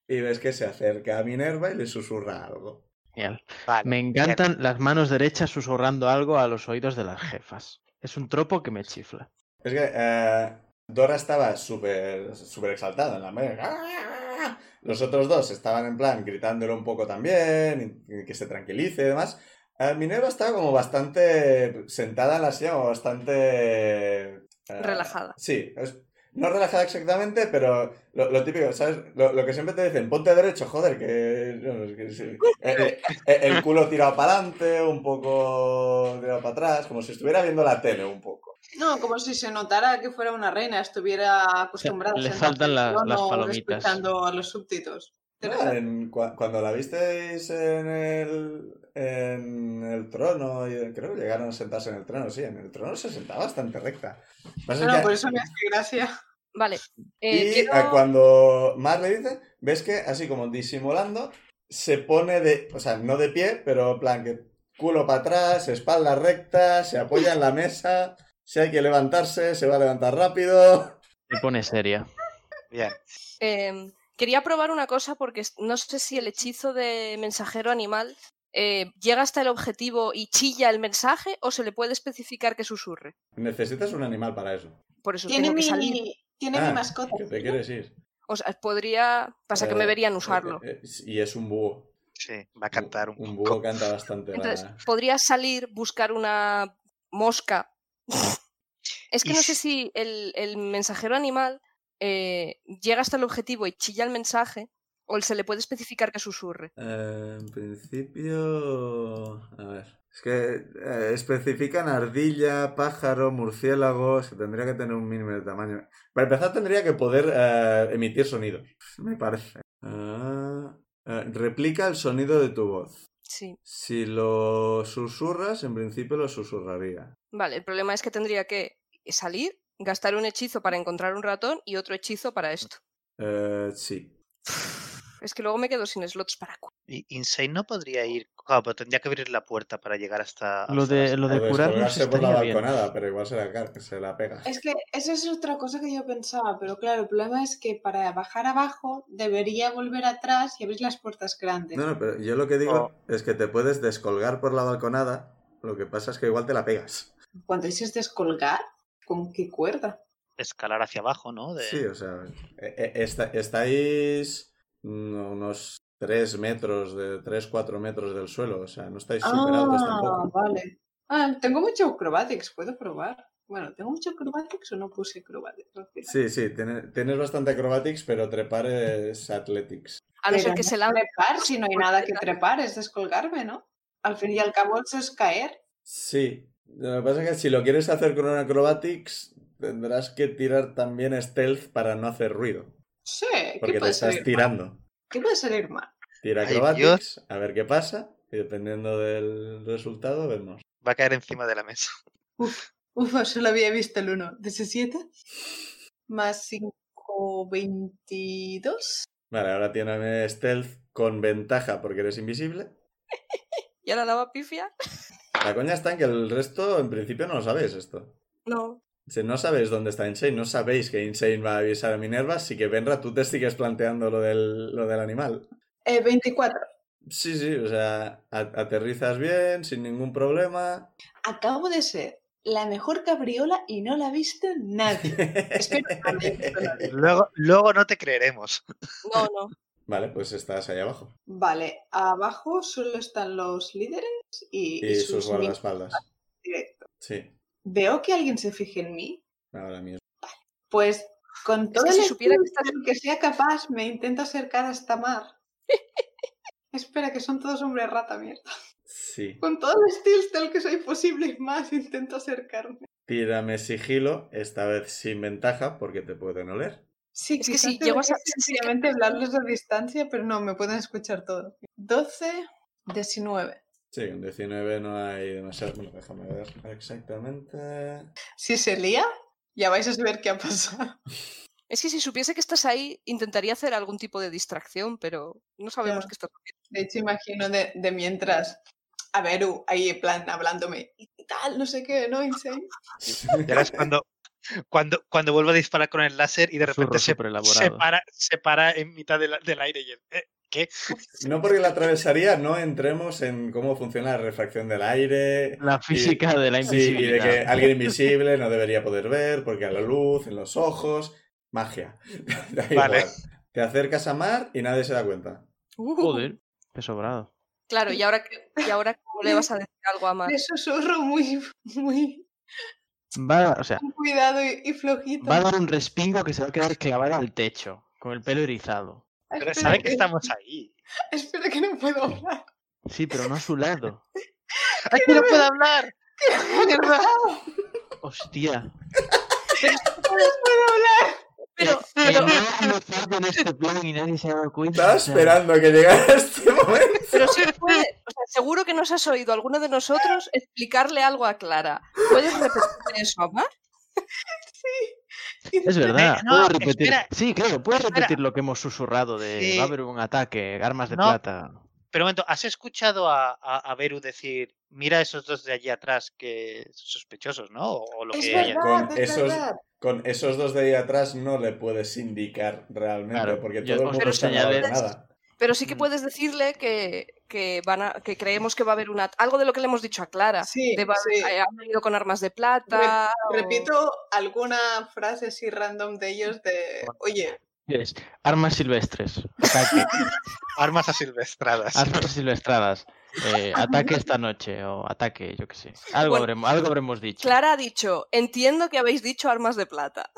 Y ves que se acerca a Minerva y le susurra algo.
Genial.
Vale.
Me encantan las manos derechas susurrando algo a los oídos de las jefas. Es un tropo que me chifla.
Es que eh, Dora estaba súper súper exaltada en la mesa. ah, Los otros dos estaban en plan gritándole un poco también, y- y que se tranquilice y demás. Eh, Minerva estaba como bastante sentada en la silla, como bastante... eh,
Relajada.
Sí, es- no relajada exactamente, pero lo, lo típico, ¿sabes? Lo, lo que siempre te dicen, ponte derecho, joder, que... no, es que sí. Eh, eh, eh, el culo tirado para adelante, un poco tirado para atrás, como si estuviera viendo la tele un poco.
No, como si se notara que fuera una reina, estuviera acostumbrada
Le
a sentarse
faltan la-
en el
las
trono
palomitas.
escuchando a los súbditos. Pero
No, en- cua- cuando la visteis en el, en el trono, y creo que llegaron a sentarse en el trono, sí, en el trono se sentaba bastante recta. Pasa
no,
que-
por eso me hace gracia.
Vale. eh,
y
quiero-
eh, cuando Mar le dice, ves que así como disimulando, se pone de, o sea, no de pie, pero en plan que culo para atrás, espalda recta, se apoya en la mesa, si hay que levantarse, se va a levantar rápido.
Me pone seria.
Bien.
Eh, quería probar una cosa porque es- no sé si el hechizo de mensajero animal eh, llega hasta el objetivo y chilla el mensaje o se le puede especificar que susurre.
Necesitas un animal para eso.
Por eso
Tiene
tengo que
mi,
salir.
tiene mi
Ah,
mascota.
Que te quieres ir.
O sea, podría. Pasa que me
Eh,
verían usarlo.
Eh, eh, Y es un búho.
Sí, va a cantar un,
Un
poco.
búho canta bastante. la-
Entonces, podría salir, buscar una mosca. Es que
Y
no sé
si-
si el, el mensajero animal eh, llega hasta el objetivo y chilla el mensaje o se le puede especificar que susurre.
Eh, en principio... A ver. Es que eh, especifican ardilla, pájaro, murciélago. es que tendría que tener un mínimo de tamaño. Para empezar tendría que poder eh, emitir sonidos. Me parece. Ah, eh, replica el sonido de tu voz.
Sí.
Si lo susurras, en principio lo susurraría.
Vale, el problema es que tendría que salir, gastar un hechizo para encontrar un ratón y otro hechizo para esto.
Eh, sí.
Es que luego me quedo sin slots para cu-
Y Insane no podría ir. Claro, pero tendría que abrir la puerta para llegar hasta.
Lo
hasta
de,
las-
lo
O
de curarnos
descolgarse por la
estaría bien.
balconada, pero igual se la, car- se la pega.
Es que esa es otra cosa que yo pensaba, pero claro, el problema es que para bajar abajo debería volver atrás y abrir las puertas grandes.
No, no, pero yo lo que digo es que te puedes descolgar por la balconada. Lo que pasa es que igual te la pegas.
Cuando dices descolgar, ¿con qué cuerda?
escalar hacia abajo, ¿no? De-
Sí, o sea, eh, eh, esta- estáis mm, a unos 3 metros, de 3, 4 metros del suelo. O sea, no estáis super altos
Ah,
tampoco.
vale. Ah, tengo mucho acrobatics, puedo probar. Bueno, ¿tengo mucho acrobatics o no puse acrobatics? al final?
Sí, sí, tiene- tienes bastante acrobatics, pero trepar es athletics.
A no
Pero
ser que
no
se
es
lave.
Trepar, si no hay nada que trepar, es descolgarme, ¿no? Al fin y al cabo eso es caer.
Sí, lo que pasa es que si lo quieres hacer con un acrobatics, tendrás que tirar también stealth para no hacer ruido.
Sí, ¿qué
Porque te
puede,
estás
salir,
tirando.
¿qué puede salir mal?
Tira
Ay,
acrobatics, a ver qué pasa. Y dependiendo del resultado, vemos.
Va a caer encima de la mesa.
Uf, solo había visto el 1. 17 más 5, 22.
Vale, ahora tiene stealth con ventaja porque eres invisible.
¿Y ahora la va a pifiar?
La coña está en que el resto, en principio, no lo sabéis esto.
No.
Si no sabéis dónde está Insane, no sabéis que Insane va a avisar a Minerva, así que Benra, tú te sigues planteando lo del, lo del animal.
Eh, 24.
Sí, sí, o sea, a- aterrizas bien, sin ningún problema.
Acabo de ser la mejor cabriola y no la ha visto nadie. Espero que no la haya visto nadie.
Luego, luego no te creeremos.
No, no.
Vale, pues estás ahí abajo.
Vale, abajo solo están los líderes y,
Y,
y
sus
miembros
guardaespaldas.
directos.
Sí,
Veo que alguien se fije en mí.
ahora mismo.
Pues con todo
que
el
si supiera que
esfuerzo que sea capaz, me intento acercar hasta Mar. Espera, que son todos hombres rata, mierda.
Sí.
Con todos los steals del que soy posible y más intento acercarme.
Tírame sigilo, esta vez sin ventaja, porque te pueden oler.
Sí,
Es que
quizás
si
debería
llegas a- sí, sí,
sencillamente hablarles a distancia, pero no, me pueden escuchar todo. 12, 19.
Sí, con 19 no hay demasiado. Bueno, déjame ver exactamente.
Si se lía, ya vais a saber qué ha pasado.
Es que si supiese que estás ahí, intentaría hacer algún tipo de distracción, pero no sabemos
Claro.
qué está haciendo.
De hecho, imagino de, de mientras a Beru ahí en plan hablándome y tal, no sé qué, ¿no? Insane.
Ya verás cuando, cuando, cuando vuelvo a disparar con el láser y de
Zurro
repente se,
superelaborado.
se, para, se para en mitad de la- del aire y el, eh, ¿qué?
No porque la atravesaría, no entremos en cómo funciona la refracción del aire.
La física de la
Sí, y de
Ah, invisibilidad.
que alguien invisible no debería poder ver porque a la luz, en los ojos, magia. Da
Vale.
igual. Te acercas a Mar y nadie se da cuenta.
Joder, qué sobrado.
Claro, y ahora, que- y ahora cómo le vas a decir algo a Mar.
De susurro muy, muy
Va, o sea,
con cuidado y, y flojito.
va a dar un respingo que se va a quedar clavado al techo, con el pelo erizado.
Ah,
Pero
espera
sabe que
que-
estamos ahí.
Espera que no puedo hablar.
Sí, pero no a su lado.
¡Ay, que no puedo hablar! ¡Mierda!
Hostia.
Pero,
Que
pero,
no ha notado en este plan y nadie se ha dado cuenta.
Estaba
o sea,
esperando que llegara este momento.
pero se puede- o sea, seguro que nos has oído alguno de nosotros explicarle algo a Clara. ¿Puedes repetir eso a Mar?
Es verdad,
Eh, no,
puedo repetir.
espera.
sí, claro, puedes
Espera.
repetir lo que hemos susurrado de
Sí.
va a haber un ataque, armas de
No.
plata.
Pero un momento, ¿has escuchado a, a, a Beru decir, mira esos dos de allí atrás que sospechosos, ¿no? O, o lo
Es
que haya-
verdad,
con
es
esos-
verdad.
Con esos dos de ahí atrás no le puedes indicar realmente
Claro,
porque
yo
todo el
os
mundo
lo
está en la
señalé.
ordenada.
Pero sí que
Mm.
puedes decirle que, que van a- que creemos que va a haber una, algo de lo que le hemos dicho a Clara.
Sí,
de va-
sí.
eh, han venido con armas de plata. o-
Repito alguna frase así random de ellos de, oye,
Es armas silvestres, ataque,
Armas asilvestradas.
armas silvestradas, eh, ataque esta noche o ataque, yo qué sé. Algo,
Bueno,
habremos, algo habremos dicho.
Clara ha dicho, entiendo que habéis dicho armas de plata.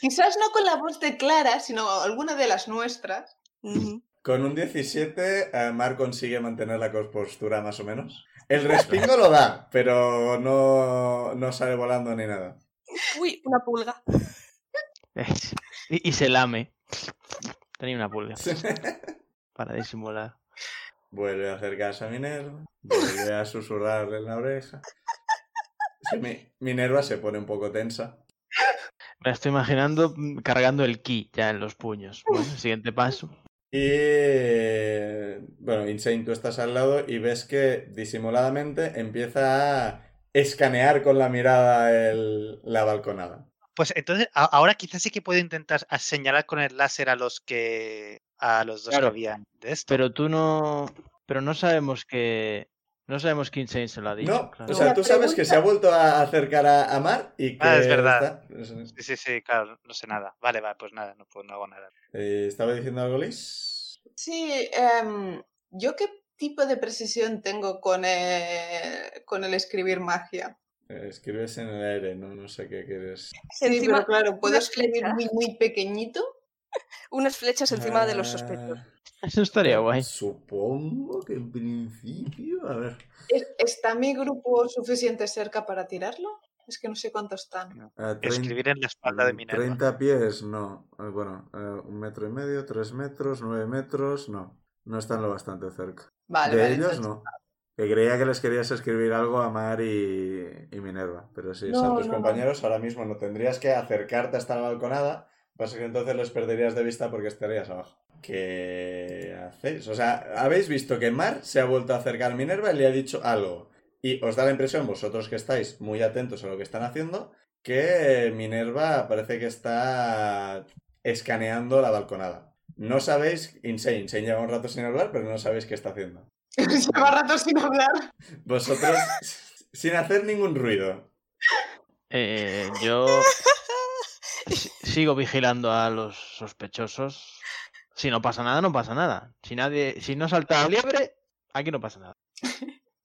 quizás no con la voz de Clara, sino alguna de las nuestras.
Ujú.
Con un 17, eh, Mar consigue mantener la postura más o menos. El respingo lo da, pero no, no sale volando ni nada.
Uy, una pulga.
Es- Y, y se lame. Tenía una pulga para disimular.
Vuelve a acercarse a Minerva, vuelve a susurrarle en la oreja. Es que mi- Minerva se pone un poco tensa.
Me la estoy imaginando mm, cargando el ki ya en los puños. Bueno, siguiente paso.
Y eh, bueno, Insane, tú estás al lado y ves que disimuladamente empieza a escanear con la mirada el- la balconada.
Pues entonces, a- ahora quizás sí que puedo intentar a- señalar con el láser a los que a los dos
Claro.
que habían de esto.
Pero tú no. Pero no sabemos que. No sabemos quién Insane se lo ha dicho.
No,
claro.
o sea,
La
tú sabes que se ha vuelto a acercar a, a Mar y que
Ah, es verdad.
está-
Sí, sí, sí, claro, no sé nada. Vale, vale, pues nada, no, puedo, no hago nada.
Eh, ¿Estaba diciendo algo, Liz?
Sí, em, ¿yo qué tipo de precisión tengo con el, con el escribir magia?
Eh, Escribes en el aire, no, no sé qué quieres.
Sí,
Encima,
pero claro, puedo
unas
escribir
flechas.
muy, muy pequeñito.
unas flechas encima de los
Ah,
sospechosos.
Eso estaría guay.
Supongo que en principio. A ver.
¿Es- ¿Está mi grupo suficiente cerca para tirarlo? Es que no sé cuántos están.
a
Escribir en la espalda de Minerva.
30 Mm, pies, no. Eh, Bueno, eh, un metro y medio, tres metros, nueve metros, no. No están lo bastante cerca.
Vale,
de
vale.
ellos
entonces-
no. Que creía que les querías escribir algo a Mar y, y Minerva. Pero si
No,
están tus
no.
compañeros, ahora mismo no tendrías que acercarte hasta la balconada. Pasa que entonces los perderías de vista porque estarías abajo. ¿Qué hacéis? O sea, habéis visto que Mar se ha vuelto a acercar a Minerva y le ha dicho algo. Y os da la impresión, vosotros que estáis muy atentos a lo que están haciendo, que Minerva parece que está escaneando la balconada. No sabéis, Insane, Insane lleva un rato sin hablar, pero no sabéis qué está haciendo.
Lleva rato sin hablar.
Vosotros sin hacer ningún ruido.
Eh, yo si- sigo vigilando a los sospechosos. Si no pasa nada, no pasa nada. Si nadie, si no salta la liebre, aquí no pasa nada.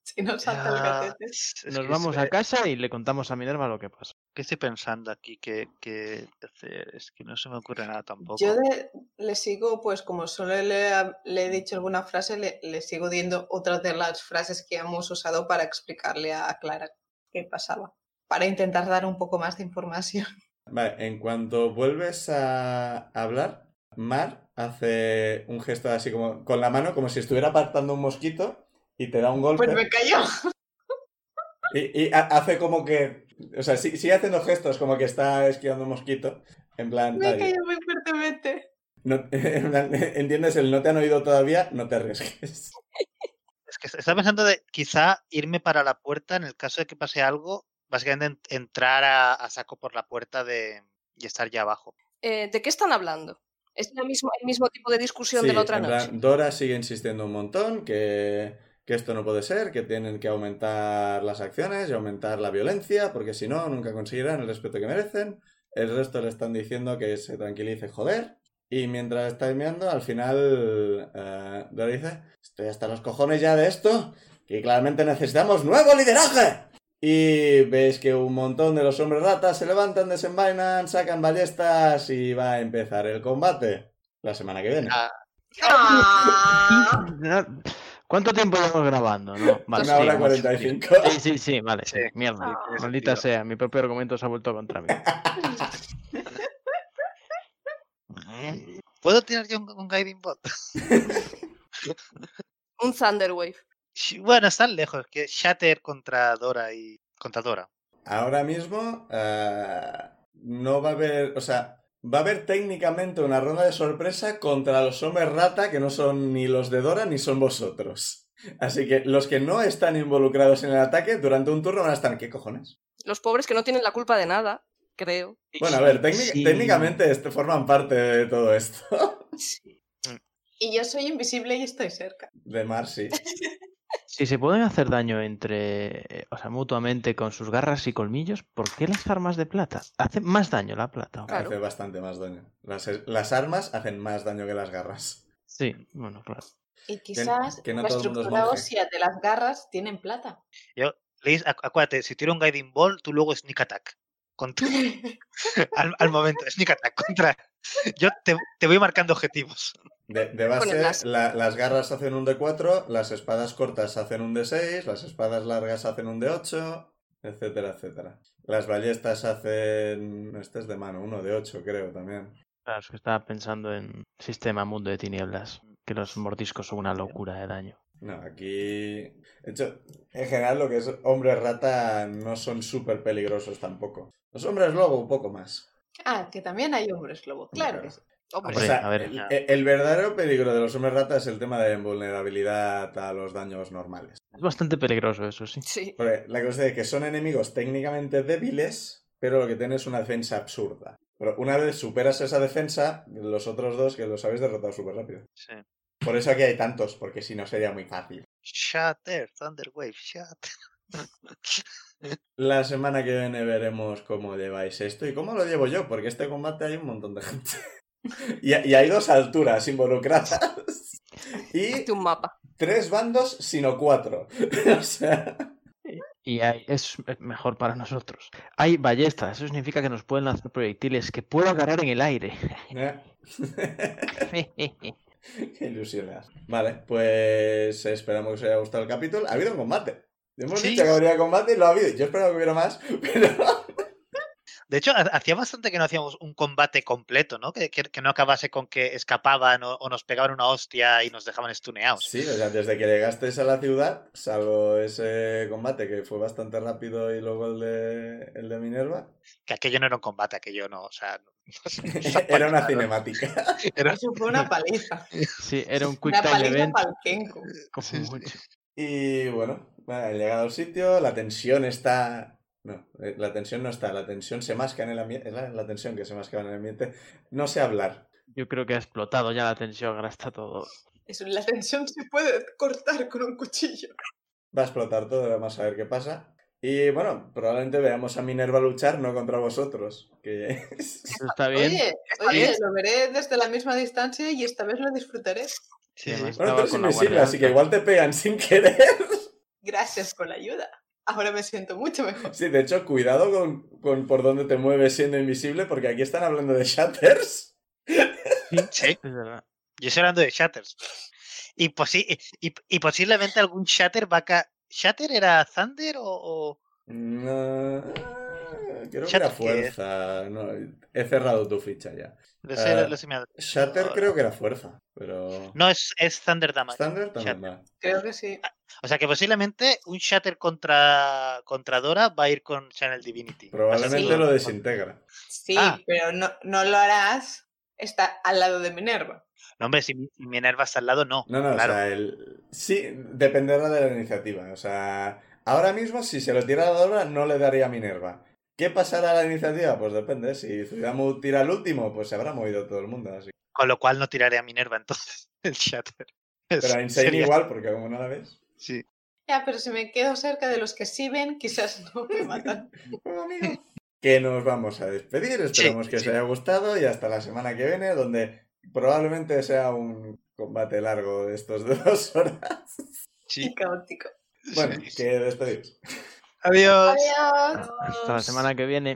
Si no salta el
Ah,
gatete.
es- es
Nos
que
vamos
eh,
estoy-
a casa y le contamos a Minerva lo que pasa.
¿Qué estoy pensando aquí que, que hacer? Es que no se me ocurre nada tampoco.
Yo de, le sigo, pues como solo le, ha- le he dicho alguna frase, le, le sigo dando otras de las frases que hemos usado para explicarle a Clara qué pasaba, para intentar dar un poco más de información.
Vale, en cuanto vuelves a hablar, Mar hace un gesto así como con la mano, como si estuviera apartando un mosquito y te da un golpe.
Pues me cayó.
Y, y ha- hace como que. O sea, sí- sigue haciendo gestos como que está esquivando un mosquito. En plan,
Me
tal,
cayó muy fuertemente.
no- en plan, entiendes el no te han oído todavía, no te arriesgues.
Es que estaba pensando de quizá irme para la puerta en el caso de que pase algo, básicamente en- entrar a, a saco por la puerta de, y estar ya abajo.
Eh, ¿De qué están hablando? Es la misma- el mismo tipo de discusión de
Sí,
la otra
en
noche.
plan, Dora sigue insistiendo un montón que, que esto no puede ser, que tienen que aumentar las acciones y aumentar la violencia, porque si no, nunca conseguirán el respeto que merecen. El resto le están diciendo que se tranquilice, joder. Y mientras está mirando, al final eh, Dora dice, estoy hasta los cojones ya de esto, que claramente necesitamos nuevo lideraje. Y veis que un montón de los hombres ratas se levantan, desenvainan, sacan ballestas y va a empezar el combate la semana que viene.
Ah,
Ah,
¿Cuánto tiempo llevamos grabando? No, vale,
Una hora
mucho,
cuarenta y
sí.
cinco. Ah,
Sí, sí, sí, vale, sí,
Sí,
mierda.
sí,
tiene
Maldita
sentido.
sea, mi propio argumento se ha vuelto contra mí.
¿Puedo tirar yo un, un guiding bot?
Un Thunderwave.
Sh- Bueno, están lejos, que Shatter contra Dora y contra Dora.
Ahora mismo eh, no va a haber, o sea, va a haber técnicamente una ronda de sorpresa contra los hombres rata que no son ni los de Dora ni son vosotros. Así que los que no están involucrados en el ataque durante un turno van a estar, ¿qué cojones?
Los pobres que no tienen la culpa de nada, creo.
Bueno, a ver, técnic-
Sí.
técnicamente este, forman parte de todo esto.
y yo soy invisible y estoy cerca.
De Mar, sí.
Si se pueden hacer daño entre, eh, o sea, mutuamente con sus garras y colmillos, ¿por qué las armas de plata? Hace más daño la plata.
Claro.
Hace bastante más daño. Las, las armas hacen más daño que las garras.
Sí, bueno, claro.
Y quizás
que no
la
todo el mundo es
estructura
monje.
ósea de las garras tienen plata.
Liz, acu- acuérdate, si tiro un guiding ball, tú luego sneak attack. Contra- al, al momento, sneak attack contra. Yo te, te voy marcando objetivos.
De, de
Con el láser.
base, la- las garras hacen un D4, las espadas cortas hacen un D6, las espadas largas hacen un D8, etcétera, etcétera. Las ballestas hacen... Este es de mano, uno de 8 creo también.
Claro, es que estaba pensando en sistema mundo de tinieblas, que los mordiscos son una locura de daño.
No, aquí... De hecho, en general lo que es hombres rata no son súper peligrosos tampoco. Los hombres lobo un poco más.
Ah, que también hay hombres lobo. Claro que sí.
Hombre,
O
Hombre,
sea,
a ver.
el, el verdadero peligro de los hombres rata es el tema de invulnerabilidad a los daños normales.
Es bastante peligroso eso, sí.
sí.
Porque la cosa es que son enemigos técnicamente débiles, pero lo que tienen es una defensa absurda. Pero una vez superas esa defensa, los otros dos que los habéis derrotado súper rápido.
Sí.
Por eso aquí hay tantos, porque si no sería muy fácil.
Shatter, Thunderwave, Shatter.
La semana que viene veremos cómo lleváis esto y cómo lo llevo yo, porque este combate hay un montón de gente. Y, y hay dos alturas involucradas. Y
Hazte un mapa.
tres bandos, sino cuatro. O sea,
Y hay- es es mejor para nosotros. Hay ballestas, eso significa que nos pueden lanzar proyectiles que puedo agarrar en el aire.
¿eh? Qué ilusionas. Vale, pues esperamos que os haya gustado el capítulo. Ha habido un combate. Hemos
Sí.
dicho que habría combate y lo ha habido. Yo esperaba que hubiera más, pero
De hecho, ha- hacía bastante que no hacíamos un combate completo, ¿no? Que, que- que no acabase con que escapaban o, o nos pegaban una hostia y nos dejaban estuneados.
Sí, o sea, desde que llegasteis a la ciudad, salvo ese combate que fue bastante rápido y luego el de, el de Minerva,
Que aquello no era un combate, aquello no. O sea, no-
era una cinemática.
era-
Eso fue una paliza.
Sí, era un quick
Una
time
paliza
event.
para el Kenku.
como
Sí, sí.
mucho.
Y bueno, nada, han llegado al sitio, la tensión está... No, eh, la tensión no está, la tensión se masca en el ambiente, es la, la tensión que se masca en el ambiente. No sé hablar.
Yo creo que ha explotado ya la tensión, ahora está todo.
Eso, la tensión se puede cortar con un cuchillo.
Va a explotar todo, vamos a ver qué pasa. Y bueno, probablemente veamos a Minerva luchar, no contra vosotros. Que...
Eso está bien.
Oye, oye, lo veré desde la misma distancia y esta vez lo disfrutaré.
eh,
y además
bueno, tú
estaba
eres
con la
invisible,
guardia
así que
alta.
igual te pegan sin querer.
Gracias por la ayuda. Ahora me siento mucho mejor.
Sí, de hecho, cuidado con, con por dónde te mueves siendo invisible, porque aquí están hablando de shatters.
Sí,
Sí.
es verdad.
Yo estoy hablando de shatters. Y, posi- y, y- y posiblemente algún shatter va a ca- ¿Shatter era Thunder o, o-
No, Mm, ah, creo que
Shatter,
era
¿qué es?
fuerza. No, he cerrado tu ficha ya.
lo sé-
Ah,
lo sé, me ha-
Shatter
no,
creo que era fuerza, pero.
No, es, es Thunder Damage.
Thunder también
Shatter.
va.
Creo que sí.
O sea que posiblemente un shatter contra, contra Dora va a ir con Channel Divinity.
Probablemente
Así-
lo desintegra.
Sí,
Ah.
pero no, no lo harás. Está al lado de Minerva.
No, hombre, si Mi- si Minerva está al lado, no.
No, no,
claro.
o sea, el... sí, dependerá de la iniciativa. O sea, ahora mismo si se lo tira a la Dora no le daría a Minerva. ¿Qué pasará a la iniciativa? Pues depende. Si Zuidamu tira el último, pues se habrá movido todo el mundo. Así.
Con lo cual no tiraré a Minerva entonces el shatter.
Pero a Insane
Sería-
igual, porque como no la ves.
Sí.
Ya, pero si me quedo cerca de los que sí ven, quizás no me matan.
Bueno, pues, amigo, Que nos vamos a despedir. Esperamos
Sí,
que
sí.
os haya gustado y hasta la semana que viene, donde probablemente sea un combate largo de estos de dos horas.
Y caótico.
Bueno, que despedimos.
Adiós.
Adiós.
Hasta la semana que viene.